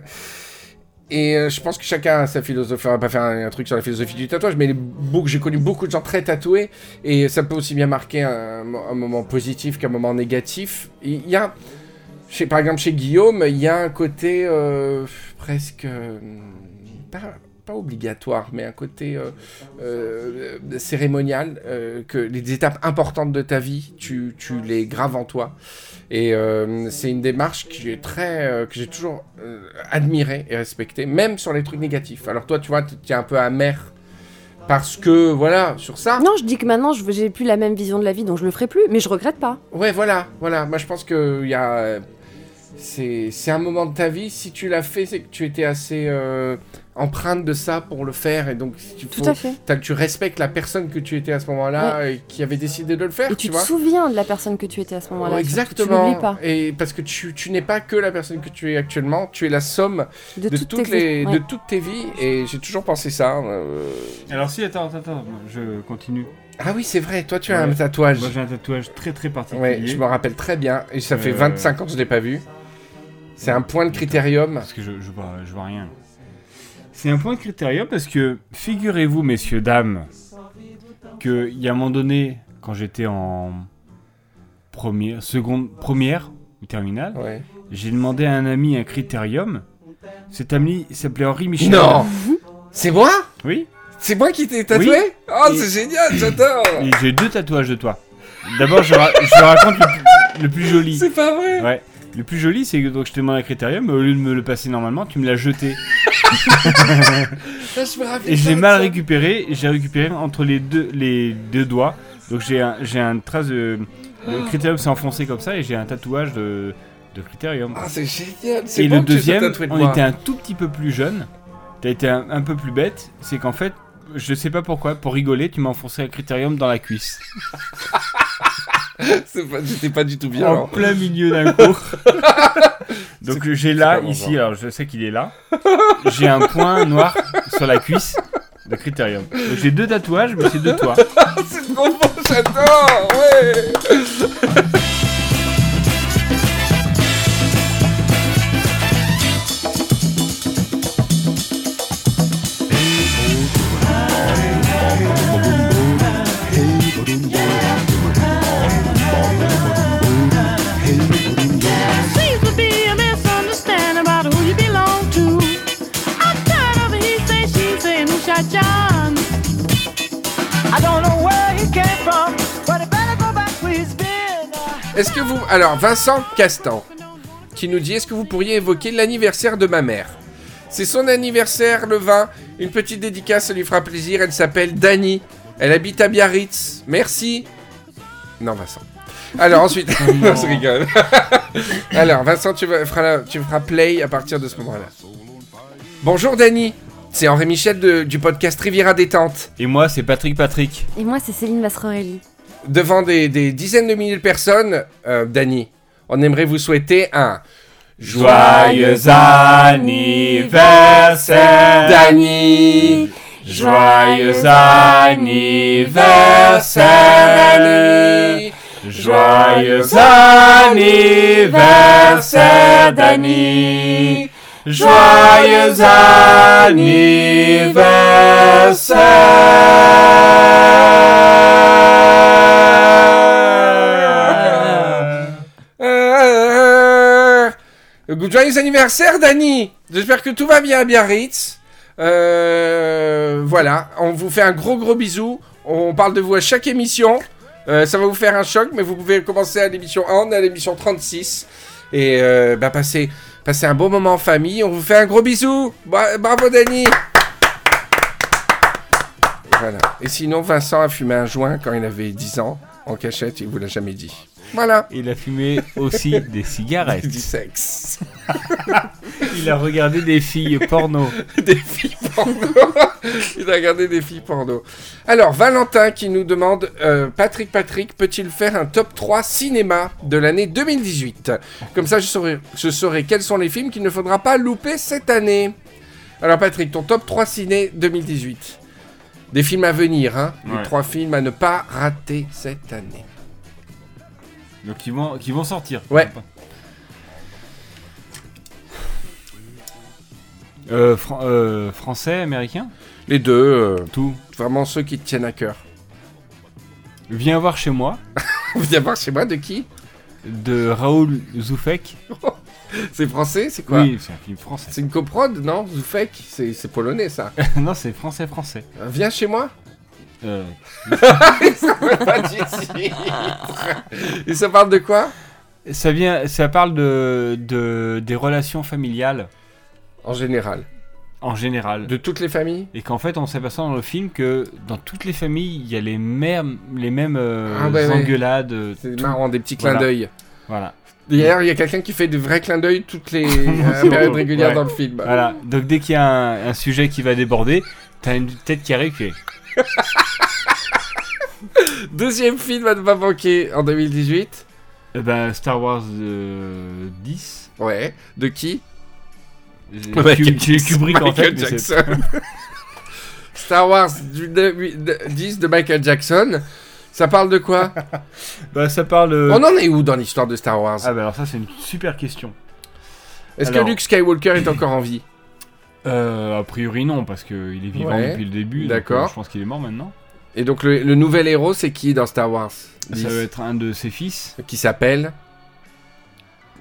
S1: et euh, je pense que chacun a sa philosophie. On va pas faire un, un truc sur la philosophie du tatouage, mais les bou- j'ai connu beaucoup de gens très tatoués et ça peut aussi bien marquer un, un moment positif qu'un moment négatif. Il y a, chez, par exemple, chez Guillaume, il y a un côté euh, presque euh, pas, pas obligatoire, mais un côté euh, euh, euh, cérémonial euh, que les étapes importantes de ta vie, tu, tu les graves en toi. Et euh, c'est une démarche qui est très, euh, que j'ai toujours euh, admirée et respectée, même sur les trucs négatifs. Alors toi, tu vois, tu es un peu amer parce que, voilà, sur ça.
S4: Non, je dis que maintenant, je j'ai plus la même vision de la vie, donc je le ferai plus, mais je regrette pas.
S1: Ouais, voilà, voilà. Moi, je pense que il y a, euh, c'est, c'est un moment de ta vie. Si tu l'as fait, c'est que tu étais assez euh, empreinte de ça pour le faire, et donc si tu
S4: Tout à fait.
S1: t'as- tu respectes la personne que tu étais à ce moment-là et qui avait décidé de le faire.
S4: Et
S1: tu
S4: tu te
S1: vois
S4: souviens de la personne que tu étais à ce moment-là.
S1: Ouais,
S4: tu- Tu
S1: Exactement.
S4: l'oublies pas.
S1: Et parce que tu, tu n'es pas que la personne que tu es actuellement, tu es la somme
S4: de,
S1: toutes,
S4: tes
S1: les
S4: vies, ouais.
S1: de toutes tes vies. Et j'ai toujours pensé ça. euh,
S3: Alors, si, attends, attends, attends, je continue.
S1: Ah oui, c'est vrai, toi tu as
S3: Ouais.
S1: un tatouage.
S3: Moi, j'ai un tatouage très très particulier.
S1: Ouais, je me rappelle très bien. Et ça fait
S3: Euh,
S1: 25 ans que je l'ai pas vu. C'est un point de critérium.
S3: Parce que je, je, vois, je vois rien. C'est un point de critérium parce que, figurez-vous, messieurs, dames, qu'il y a un moment donné, quand j'étais en première, seconde, première ou terminale, j'ai demandé à un ami un critérium. Cet ami s'appelait Henri Michel.
S1: Non C'est moi
S3: Oui.
S1: C'est moi qui t'ai tatoué Oh,
S3: Et-
S1: c'est génial, j'adore
S3: Et j'ai deux tatouages de toi. D'abord, je, ra- je raconte le plus, le plus joli.
S1: C'est pas vrai
S3: Ouais. Le plus joli, c'est que donc, je te demande un critérium, mais au lieu de me le passer normalement, tu me l'as jeté.
S1: Là, Ah, je me rappelle
S3: Et je l'ai
S1: pas de
S3: mal
S1: ça.
S3: récupéré, j'ai récupéré entre les deux, les deux doigts. Donc j'ai un, j'ai un trace de.
S1: Ah.
S3: Le critérium s'est enfoncé comme ça et j'ai un tatouage de, de critérium.
S1: Ah, c'est génial, c'est
S3: Et
S1: bon
S3: le
S1: que tu sois
S3: deuxième,
S1: tatoué de
S3: on
S1: moi.
S3: était un tout petit peu plus jeune. T'as été un, un peu plus bête. C'est qu'en fait, je sais pas pourquoi, pour rigoler, tu m'as enfoncé un critérium dans la cuisse.
S1: C'est pas- J'étais pas du tout bien.
S3: en plein milieu d'un cours. Donc j'ai là,
S1: vraiment
S3: ici,
S1: marrant.
S3: alors je sais qu'il est là. J'ai un point noir sur la cuisse de critérium. Donc, J'ai deux tatouages, mais c'est deux toits.
S1: hein. c'est trop bon, j'adore Ouais
S2: Seems to be a misunderstanding about who you belong to. I'm tired of he say, she say, and who shot John. I don't know where he came from, but he better go back where he's been.
S1: Est-ce que vous. Alors, Vincent Castan, qui nous dit Est-ce que vous pourriez évoquer l'anniversaire de ma mère C'est son anniversaire le 20. Une petite dédicace, ça lui fera plaisir. Elle s'appelle Dani. Elle habite à Biarritz. Merci. Non, Vincent. Alors ensuite, on se rigole. Alors, Vincent, tu, vas- feras la- tu feras play à partir de ce moment-là. Bonjour, Dani. C'est Henri Michel de- du podcast Riviera Détente.
S3: Et moi, c'est Patrick Patrick.
S4: Et moi, c'est Céline Mastroelli.
S1: Devant des, des dizaines de milliers de personnes, euh, Dani, on aimerait vous souhaiter un
S3: Joyeux anniversaire,
S1: Dani.
S3: Joyeux anniversaire, Dani. Joyeux anniversaire, Dani. Joyeux anniversaire.
S1: Euh, Joyeux anniversaire, Dani J'espère que tout va bien à Biarritz. Euh, voilà, on vous fait un gros gros bisou. On parle de vous à chaque émission. Euh, ça va vous faire un choc, mais vous pouvez commencer à l'émission 1, on est à l'émission 36. Et euh, bah, passez, passez un bon moment en famille. On vous fait un gros bisou. Bra- bravo, Dani Voilà. Et sinon, Vincent a fumé un joint quand il avait 10 ans, en cachette, il vous l'a jamais dit. Voilà.
S3: Il a fumé aussi des cigarettes.
S1: Du sexe.
S3: Il a regardé des filles porno.
S1: Des filles porno. Il a regardé des filles porno. Alors, Valentin qui nous demande euh, Patrick, Patrick, peut-il faire un top 3 cinéma de l'année 2018 Comme ça, je saurai, je saurai quels sont les films qu'il ne faudra pas louper cette année. Alors, Patrick, ton top 3 ciné 2018 des films à venir, hein Les
S3: Ouais.
S1: trois films à ne pas rater cette année.
S3: Donc qui vont, qui vont sortir.
S1: Ouais.
S3: Euh, fran- euh, français, américain
S1: Les deux. euh,
S3: Tout.
S1: Vraiment ceux qui te tiennent à cœur.
S3: Viens voir chez moi.
S1: Viens voir chez moi de qui
S3: De Raoul Zoufek.
S1: C'est français, c'est quoi
S3: Oui, c'est un film français.
S1: C'est une coprode, non Zoufek C'est c'est polonais, ça.
S3: non, c'est français, français.
S1: Euh, Viens chez moi
S3: Euh,
S1: Ça veut pas dire si. Et ça parle de quoi
S3: ça, vient, ça parle de, de, des relations familiales.
S1: En général.
S3: En général.
S1: De toutes les familles
S3: Et qu'en fait, on s'aperçoit dans le film que dans toutes les familles, il y a les mêmes, les mêmes euh,
S1: Ah ouais, ouais.
S3: engueulades. euh,
S1: C'est
S3: tout.
S1: marrant, des petits
S3: Voilà.
S1: clins d'œil.
S3: Voilà.
S1: D'ailleurs, il y a quelqu'un qui fait des vrais clins d'œil toutes les euh,
S3: C'est
S1: périodes
S3: bon.
S1: régulières
S3: Ouais.
S1: dans le film.
S3: Voilà. Donc dès qu'il y a un, un sujet qui va déborder, t'as une tête qui arrive qui est-
S1: Deuxième film à ne pas manquer en 2018.
S3: Eh ben, Star Wars euh, 10.
S1: Ouais. De qui
S3: J'ai- Cub- j'ai Kubrick en fait.
S1: Michael
S3: mais c'est-
S1: Jackson. Star Wars du de- oui, de- 10 de Michael Jackson. Ça parle de quoi
S3: Bah, ça parle. euh,
S1: On en est où dans l'histoire de Star Wars
S3: Ah, bah alors ça, c'est une super question.
S1: Est-ce que
S3: alors-
S1: Luke Skywalker est encore en vie
S3: Euh, a priori, non, parce qu'il est vivant
S1: Ouais.
S3: depuis le début. donc,
S1: D'accord.
S3: euh, je pense qu'il est mort maintenant.
S1: Et donc le, le nouvel héros, c'est qui dans Star Wars
S3: Ça
S1: 10?
S3: va être un de ses fils,
S1: Qui s'appelle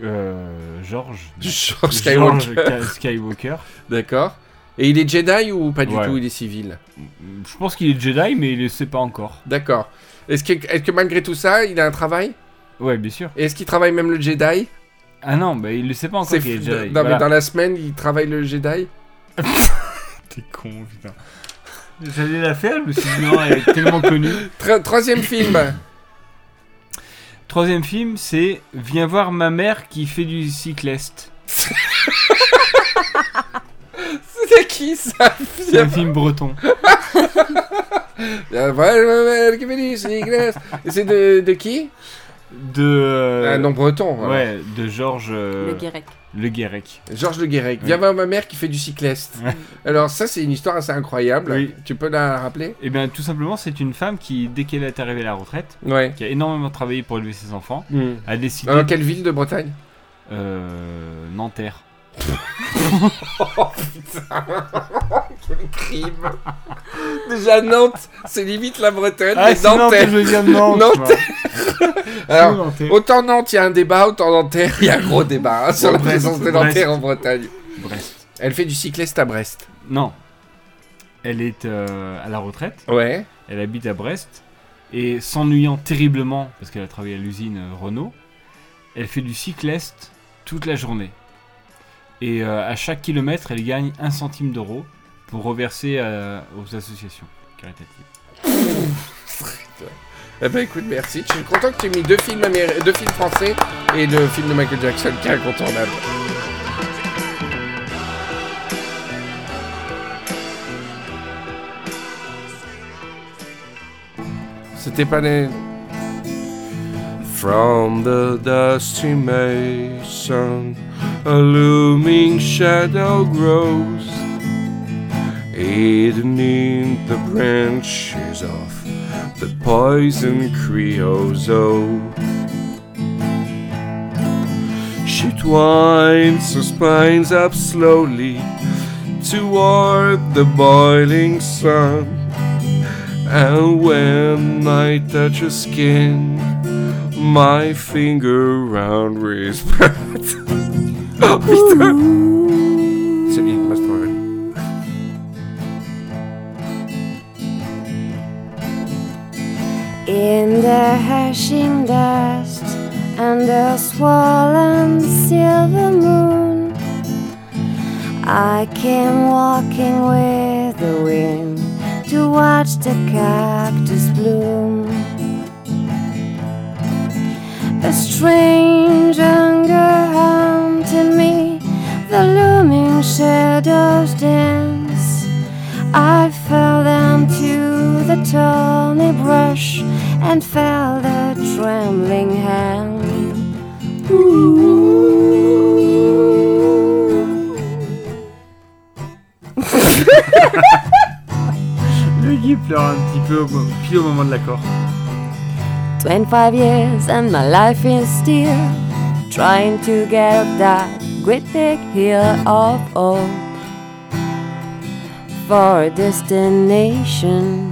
S3: euh, George.
S1: George Skywalker.
S3: Ka- Skywalker.
S1: D'accord. Et il est Jedi ou pas du
S3: Ouais.
S1: tout Il est civil
S3: Je pense qu'il est Jedi, mais il ne sait pas encore.
S1: D'accord. Est-ce que, est-ce que malgré tout ça, il a un travail
S3: Ouais, bien sûr.
S1: Et Est-ce qu'il travaille même le Jedi
S3: Ah non, bah, il ne sait pas encore
S1: C'est
S3: qu'il est
S1: f-
S3: Jedi.
S1: d- Non,
S3: Voilà.
S1: mais dans la semaine, il travaille le Jedi
S3: T'es con, putain. J'allais la faire, je me suis dit non, elle est tellement connue.
S1: Tro- Troisième film
S3: Troisième film, c'est Viens voir ma mère qui fait du cycliste.
S1: C'est qui ça
S3: C'est un film breton.
S1: Euh, voilà, voilà, qui fait du cycliste. Et C'est de, de qui
S3: De. euh,
S1: Un nom breton. alors.
S3: Ouais, de Georges. euh,
S4: Le Guérec.
S3: Le Guérec.
S1: Georges Le Guérec. Viens voir ma mère qui fait du cycliste.
S3: Ouais.
S1: Alors ça, c'est une histoire assez incroyable.
S3: Oui.
S1: Tu peux la rappeler
S3: Eh bien, tout simplement, c'est une femme qui, dès qu'elle est arrivée à la retraite,
S1: Ouais.
S3: qui a énormément travaillé pour élever ses enfants,
S1: Hmm.
S3: a décidé.
S1: Dans quelle ville de Bretagne
S3: Euh. Nanterre.
S1: Oh putain Quel crime Déjà Nantes, c'est limite la Bretagne,
S3: Ah,
S1: mais
S3: c'est Nantes,
S1: Nanterre.
S3: je viens de Nantes.
S1: Nantes.
S3: moi.
S1: Alors,
S3: Nanterre.
S1: autant Nantes, il y a un débat, autant Nanterre, il y a un gros débat hein, sur la
S3: Brest,
S1: présence de
S3: Brest.
S1: Nanterre en Bretagne.
S3: Brest.
S1: Elle fait du cycliste à Brest.
S3: Non. Elle est euh, à la retraite.
S1: Ouais.
S3: Elle habite à Brest. Et s'ennuyant terriblement, parce qu'elle a travaillé à l'usine euh, Renault, elle fait du cycliste toute la journée. Et euh, à chaque kilomètre, elle gagne un centime d'euro pour reverser euh, aux associations caritatives.
S15: Eh ben écoute, merci. Je suis content que tu aies mis deux films, améri- deux films français et le film de Michael Jackson qui est incontournable. C'était pas des... From the dusty mason, a looming shadow grows. Evening the branches off the poison creosote. She twines her spines up slowly toward the boiling sun. And when I touch her skin, my finger round whispers. oh putain! C'est Lynn Mastroianni.
S14: In the hushing dust, under swollen silver moon, I came walking with the wind to watch the cactus bloom. A strange anger haunted me, the looming shadows dance. I fell down to the thorny brush and felt the trembling hand.
S3: Le Guy pleure un petit peu au mo- pile au moment de l'accord.
S14: 25 years and my life is still trying to get up that great big hill of old for a destination.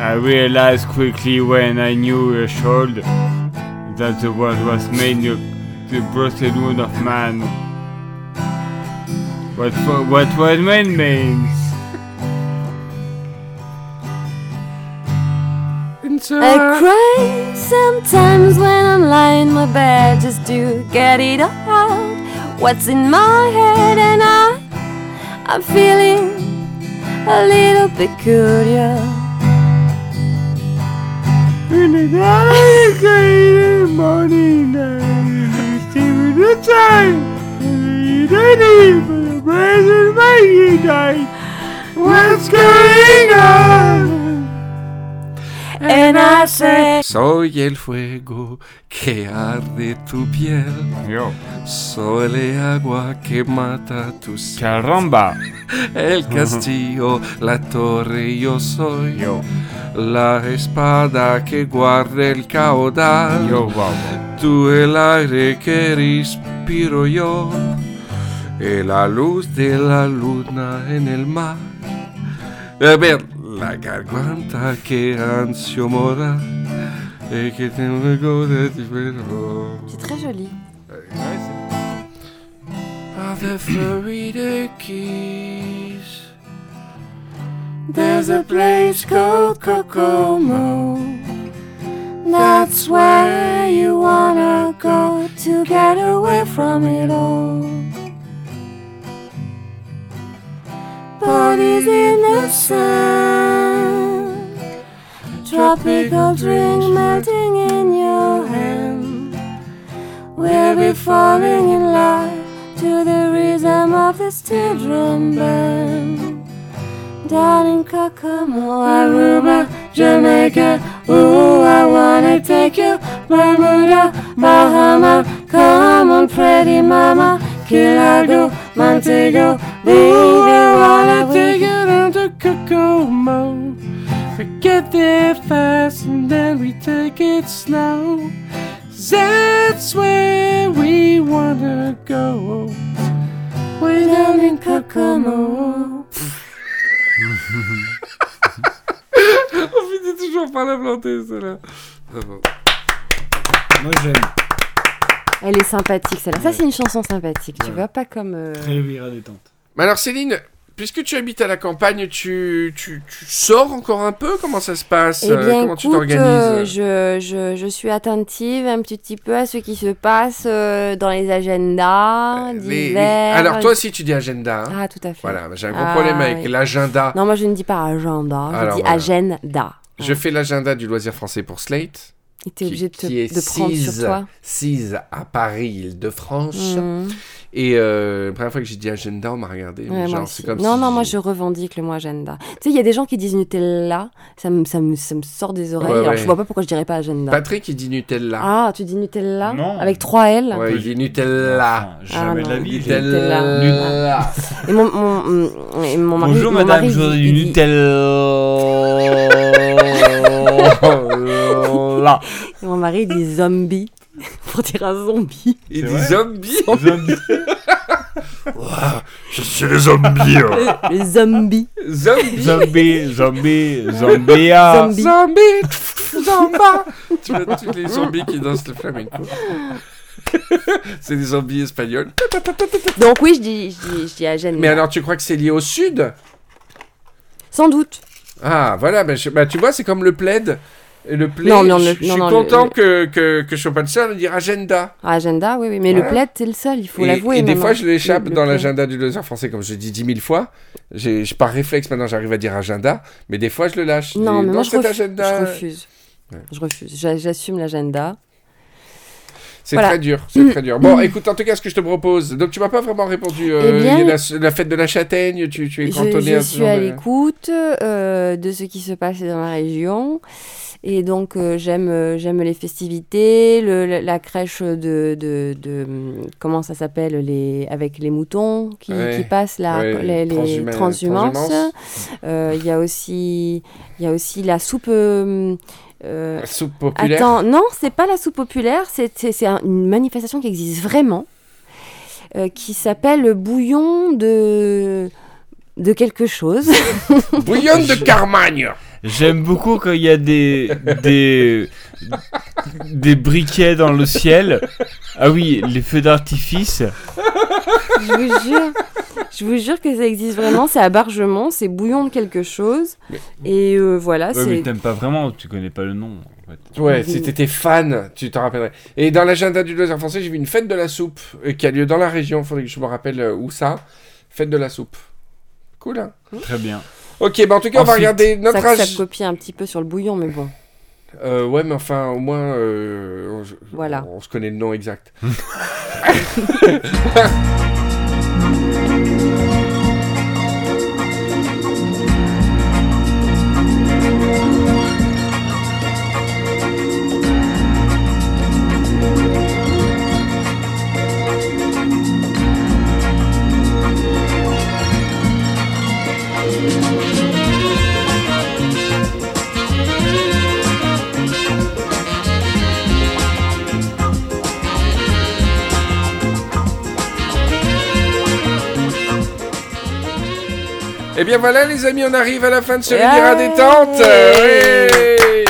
S3: I realized quickly when I knew a shield that the world was made of the broken wood of man. What fo- what was man means.
S4: Uh-huh.
S14: I cry sometimes when I'm lying in my bed just to get it out. What's in my head, and I, I'm feeling a little peculiar. In the dark, in the morning, I see the time. What's going on?
S4: Eh
S14: And I say.
S15: Soy el fuego que arde tu piel. Soy el agua que mata tu sed.
S3: Caramba.
S15: El castillo, la torre yo soy. La espada que guarda el caudal.
S3: Yo, wow.
S15: Tú el aire que respiro yo. Y la luz de la luna en el mar. A ver, la garganta que ansio mora. Et que tengo algo de diferente.
S4: C'est très joli.
S16: Of the Florida Keys,
S14: There's a place called Kokomo. That's where you wanna go to get away from it all. Bodies in the sand, tropical drink melting in your hand. We'll be falling in love to the rhythm of the steel drum band. Down in Kokomo, Aruba, Jamaica. Ooh, I wanna take you. Bermuda, Bahama. Come on, pretty mama. Kilado, Montego. Ooh, I wanna take you down to Kokomo.
S16: we get there fast and then we take it slow. That's where we wanna go. We're down in Kokomo.
S15: On finit toujours par la planter, celle-là.
S1: Ah
S15: Bravo.
S3: Moi j'aime.
S4: Elle est sympathique, celle-là. Ça, c'est une chanson sympathique, tu vois, pas comme. euh,
S3: Très rire à détente.
S15: Mais alors, Céline,
S1: puisque tu habites à la campagne, tu, tu, tu sors encore un peu Comment ça se passe
S4: Eh
S1: Euh,
S4: bien,
S1: Comment tu
S4: écoute,
S1: t'organises
S4: euh, je, je, je suis attentive un petit peu à ce qui se passe euh, dans les agendas
S1: Euh, Les-
S4: divers.
S1: Alors toi aussi tu dis agenda. hein.
S4: Ah, tout à fait.
S1: Voilà, j'ai un gros
S4: Ah,
S1: problème avec
S4: oui.
S1: l'agenda.
S4: Non, moi je ne dis pas agenda, je
S1: Alors,
S4: dis
S1: voilà.
S4: agenda.
S1: Je fais l'agenda du loisir français pour Slate.
S4: Et
S1: qui-
S4: t'es obligé de te-
S1: qui est
S4: de prendre sur
S1: sise-
S4: toi.
S1: sise à Paris, Île-de-France.
S4: Mhm.
S1: Et euh, la première fois que j'ai dit agenda, on m'a regardé. mais
S4: Ouais, moi
S1: genre,
S4: aussi.
S1: c'est comme
S4: non,
S1: si
S4: non, moi
S1: j'ai-
S4: je revendique le mot agenda. Tu sais, il y a des gens qui disent Nutella, ça me, ça me, ça me sort des oreilles,
S1: Ouais,
S4: alors
S1: ouais.
S4: je vois pas pourquoi je dirais pas agenda.
S1: Patrick, il dit Nutella.
S4: Ah, tu dis Nutella Avec 3 L
S1: Ouais, il dit Nutella.
S4: Ah, jamais de la vie, j'ai
S1: Nutella.
S4: Nutella. Et mon, mon, mon- et mon mari.
S3: Bonjour
S4: mon
S3: madame,
S4: mari
S3: je voudrais
S4: dit-
S3: du
S4: il dit-
S3: Nutella.
S4: et Mon mari il dit zombie. Pour dire un zombie.
S1: Il dit zombie.
S3: Je suis le zombie.
S4: Le, le zombie.
S1: Zombie.
S3: Zombie, zombie, zombie.
S1: Ah.
S4: Zombie.
S1: Zombie. Zamba. tu vois tous les zombies qui dansent le flamenco. c'est des zombies espagnols.
S4: Donc oui, je dis, je dis, je dis agenda.
S1: Mais alors, tu crois que c'est lié au sud
S4: Sans doute.
S1: Ah, voilà, bah, je- bah, tu vois, c'est comme le plaid. Et Le plaid,
S4: Non, mais on
S1: je
S4: le-
S1: je
S4: non,
S1: suis
S4: non, le-
S1: content que, que, que je sois pas le seul à dire agenda.
S4: Ah, agenda, oui, oui. Mais le
S1: Voilà.
S4: plaid, c'est le seul, il faut
S1: Et-
S4: l'avouer.
S1: Et des
S4: maintenant.
S1: fois, je l'échappe
S4: Le- le
S1: dans
S4: plaid.
S1: l'agenda du loisir français, comme je dis dix mille fois. J'ai- Je par réflexe, maintenant, j'arrive à dire agenda, mais des fois, je le lâche. Je
S4: Non,
S1: dis,
S4: mais moi, je,
S1: cet
S4: refu-
S1: agenda- euh,
S4: je refuse.
S1: Ouais.
S4: Je refuse. J'a- J'assume l'agenda.
S1: C'est
S4: Voilà. Mm.
S1: très dur, c'est très dur. Bon, écoute, en tout cas, ce que je te propose, donc tu m'as pas vraiment répondu. euh,
S4: Eh bien,
S1: il y a la, la fête de la châtaigne, tu, tu es
S4: Je,
S1: cantonné
S4: je
S1: à ce
S4: suis
S1: genre
S4: à
S1: de-
S4: l'écoute euh, de ce qui se passe dans la région. Et donc, euh, j'aime euh, j'aime les festivités, le- la, la crèche de, de, de- hum, Comment ça s'appelle les, Avec les moutons qui,
S1: Ouais.
S4: qui passent, la,
S1: Ouais,
S4: les, les
S1: transhumé-
S4: transhumances.
S1: transhumances.
S4: Euh, Il y a aussi y, y a aussi la soupe. euh, euh,
S1: La soupe populaire.
S4: Attends, non, c'est pas la soupe populaire, c'est c'est- c'est un- une manifestation qui existe vraiment, euh, qui s'appelle le bouillon de de quelque chose.
S1: Bouillon de Carmagne.
S3: J'aime beaucoup quand il y a des, des, des briquets dans le ciel. Ah oui, les feux d'artifice.
S4: je vous jure, je vous jure que ça existe vraiment. C'est à Bargemont, c'est bouillon de quelque chose. Et euh,
S1: Ah,
S4: voilà,
S3: ouais, mais
S4: c'est
S3: t'aimes pas vraiment, tu connais pas le nom. En fait.
S1: Ouais, si t'étais fan, tu t'en rappellerais. Et dans l'agenda du loisir français, j'ai vu une fête de la soupe euh, qui a lieu dans la région. Faudrait que je me rappelle euh, où ça. Fête de la soupe. Cool, hein
S3: Très bien.
S1: Ok, bah en tout cas, on va
S4: Ensuite,
S1: regarder notre
S4: ça, ça
S1: âge.
S4: copie un petit peu sur le bouillon, mais bon.
S1: Euh, ouais, mais enfin, au moins, euh, on,
S4: Voilà.
S1: on se connaît le nom exact. Et Eh bien voilà, les amis, on arrive à la fin de
S4: Eh
S1: ce
S2: Yeah.
S1: Riviera détente. Euh, ouais.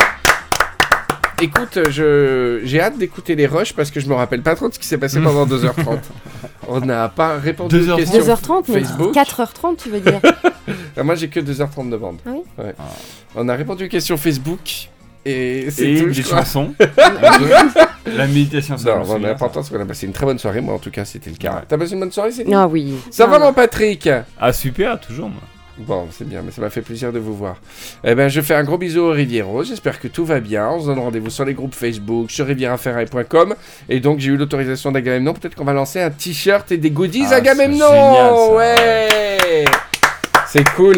S1: Écoute, je j'ai hâte d'écouter les rushs parce que je me rappelle pas trop de ce qui s'est passé pendant 2h30. On n'a pas répondu aux
S4: 2h30,
S1: questions
S4: mais
S1: Facebook.
S4: 4h30, tu veux dire
S1: Ah, moi, j'ai que 2h30 de bande.
S4: Ah oui
S1: Ouais. On a répondu aux questions Facebook et c'est
S3: Et
S1: tout, je
S3: des
S1: crois.
S3: chansons. La méditation sur
S1: Non,
S3: le
S1: on
S3: sommeil.
S1: a pas parce qu'on a passé une très bonne soirée. Moi, en tout cas, c'était le cas. T'as passé une bonne soirée, Céline
S4: Ah oui.
S1: Ça va,
S4: Ah.
S1: mon Patrick
S3: Ah, super, toujours, moi.
S1: Bon, c'est bien, mais ça m'a fait plaisir de vous voir. Eh ben, je fais un gros bisou au Riviero. J'espère que tout va bien. On se donne rendez-vous sur les groupes Facebook, sur rivieraferraille.com. Et donc, j'ai eu l'autorisation d'Agamemnon. Peut-être qu'on va lancer un t-shirt et des goodies
S3: Ah,
S1: Agamemnon
S3: c'est génial, ça,
S1: Ouais C'est cool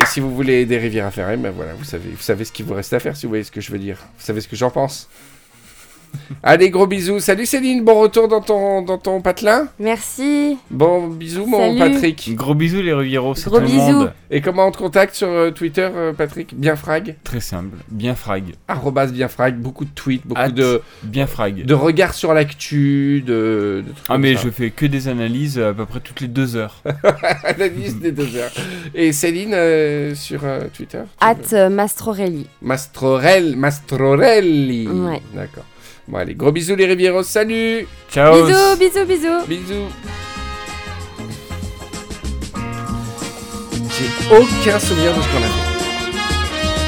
S1: et si vous voulez aider Riviera Ferraille, ben voilà, vous savez, vous savez ce qu'il vous reste à faire, si vous voyez ce que je veux dire. Vous savez ce que j'en pense. Allez, gros bisous. Salut Céline, bon retour dans ton, dans ton patelin.
S4: Merci.
S1: Bon bisous, mon
S4: Salut.
S1: Patrick.
S3: Gros bisous, les Rivieros. c'est
S4: Gros
S3: tout le
S4: bisous.
S3: monde.
S1: Et comment on te contacte sur euh, Twitter, euh, Patrick Bienfrag
S3: Très simple. Bien frag.
S1: Arrobas Bienfrag, beaucoup de tweets, beaucoup
S3: At
S1: de,
S3: Bien frag.
S1: de regards sur l'actu, de, de trucs
S3: Ah,
S1: comme
S3: mais
S1: ça.
S3: je fais que des analyses euh, à peu près toutes les deux heures.
S1: Analyse des deux heures. Et Céline, euh, sur euh, Twitter
S4: At euh, Mastrorelli.
S1: Mastrorel, Mastrorelli.
S4: Ouais.
S1: D'accord. Bon, allez, gros bisous les Rivieros, salut
S3: Ciao
S4: Bisous, bisous, bisous.
S1: Bisous J'ai aucun souvenir de ce qu'on a fait.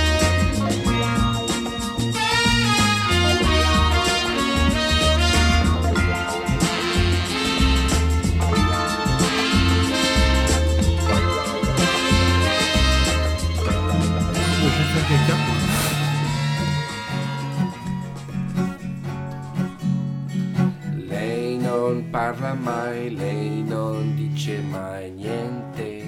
S2: Lei non parla mai, lei non dice mai niente.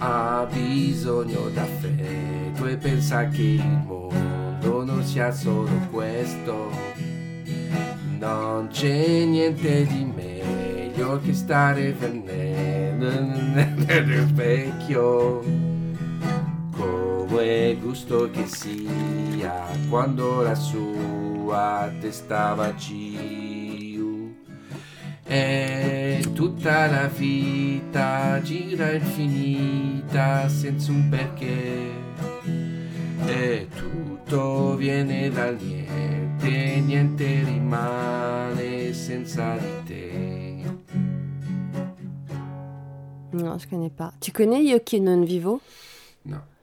S1: Ha bisogno d'affetto e pensa che il mondo non sia solo questo.
S2: Non c'è niente di meglio che stare venendo nello specchio. Come gusto che sia quando la sua testa va giù. E tutta la vita gira infinita senza un perché. E tutto viene dal niente, niente rimane senza di te.
S4: Non, je connais pas. Tu connais Yoki non vivo
S1: Non.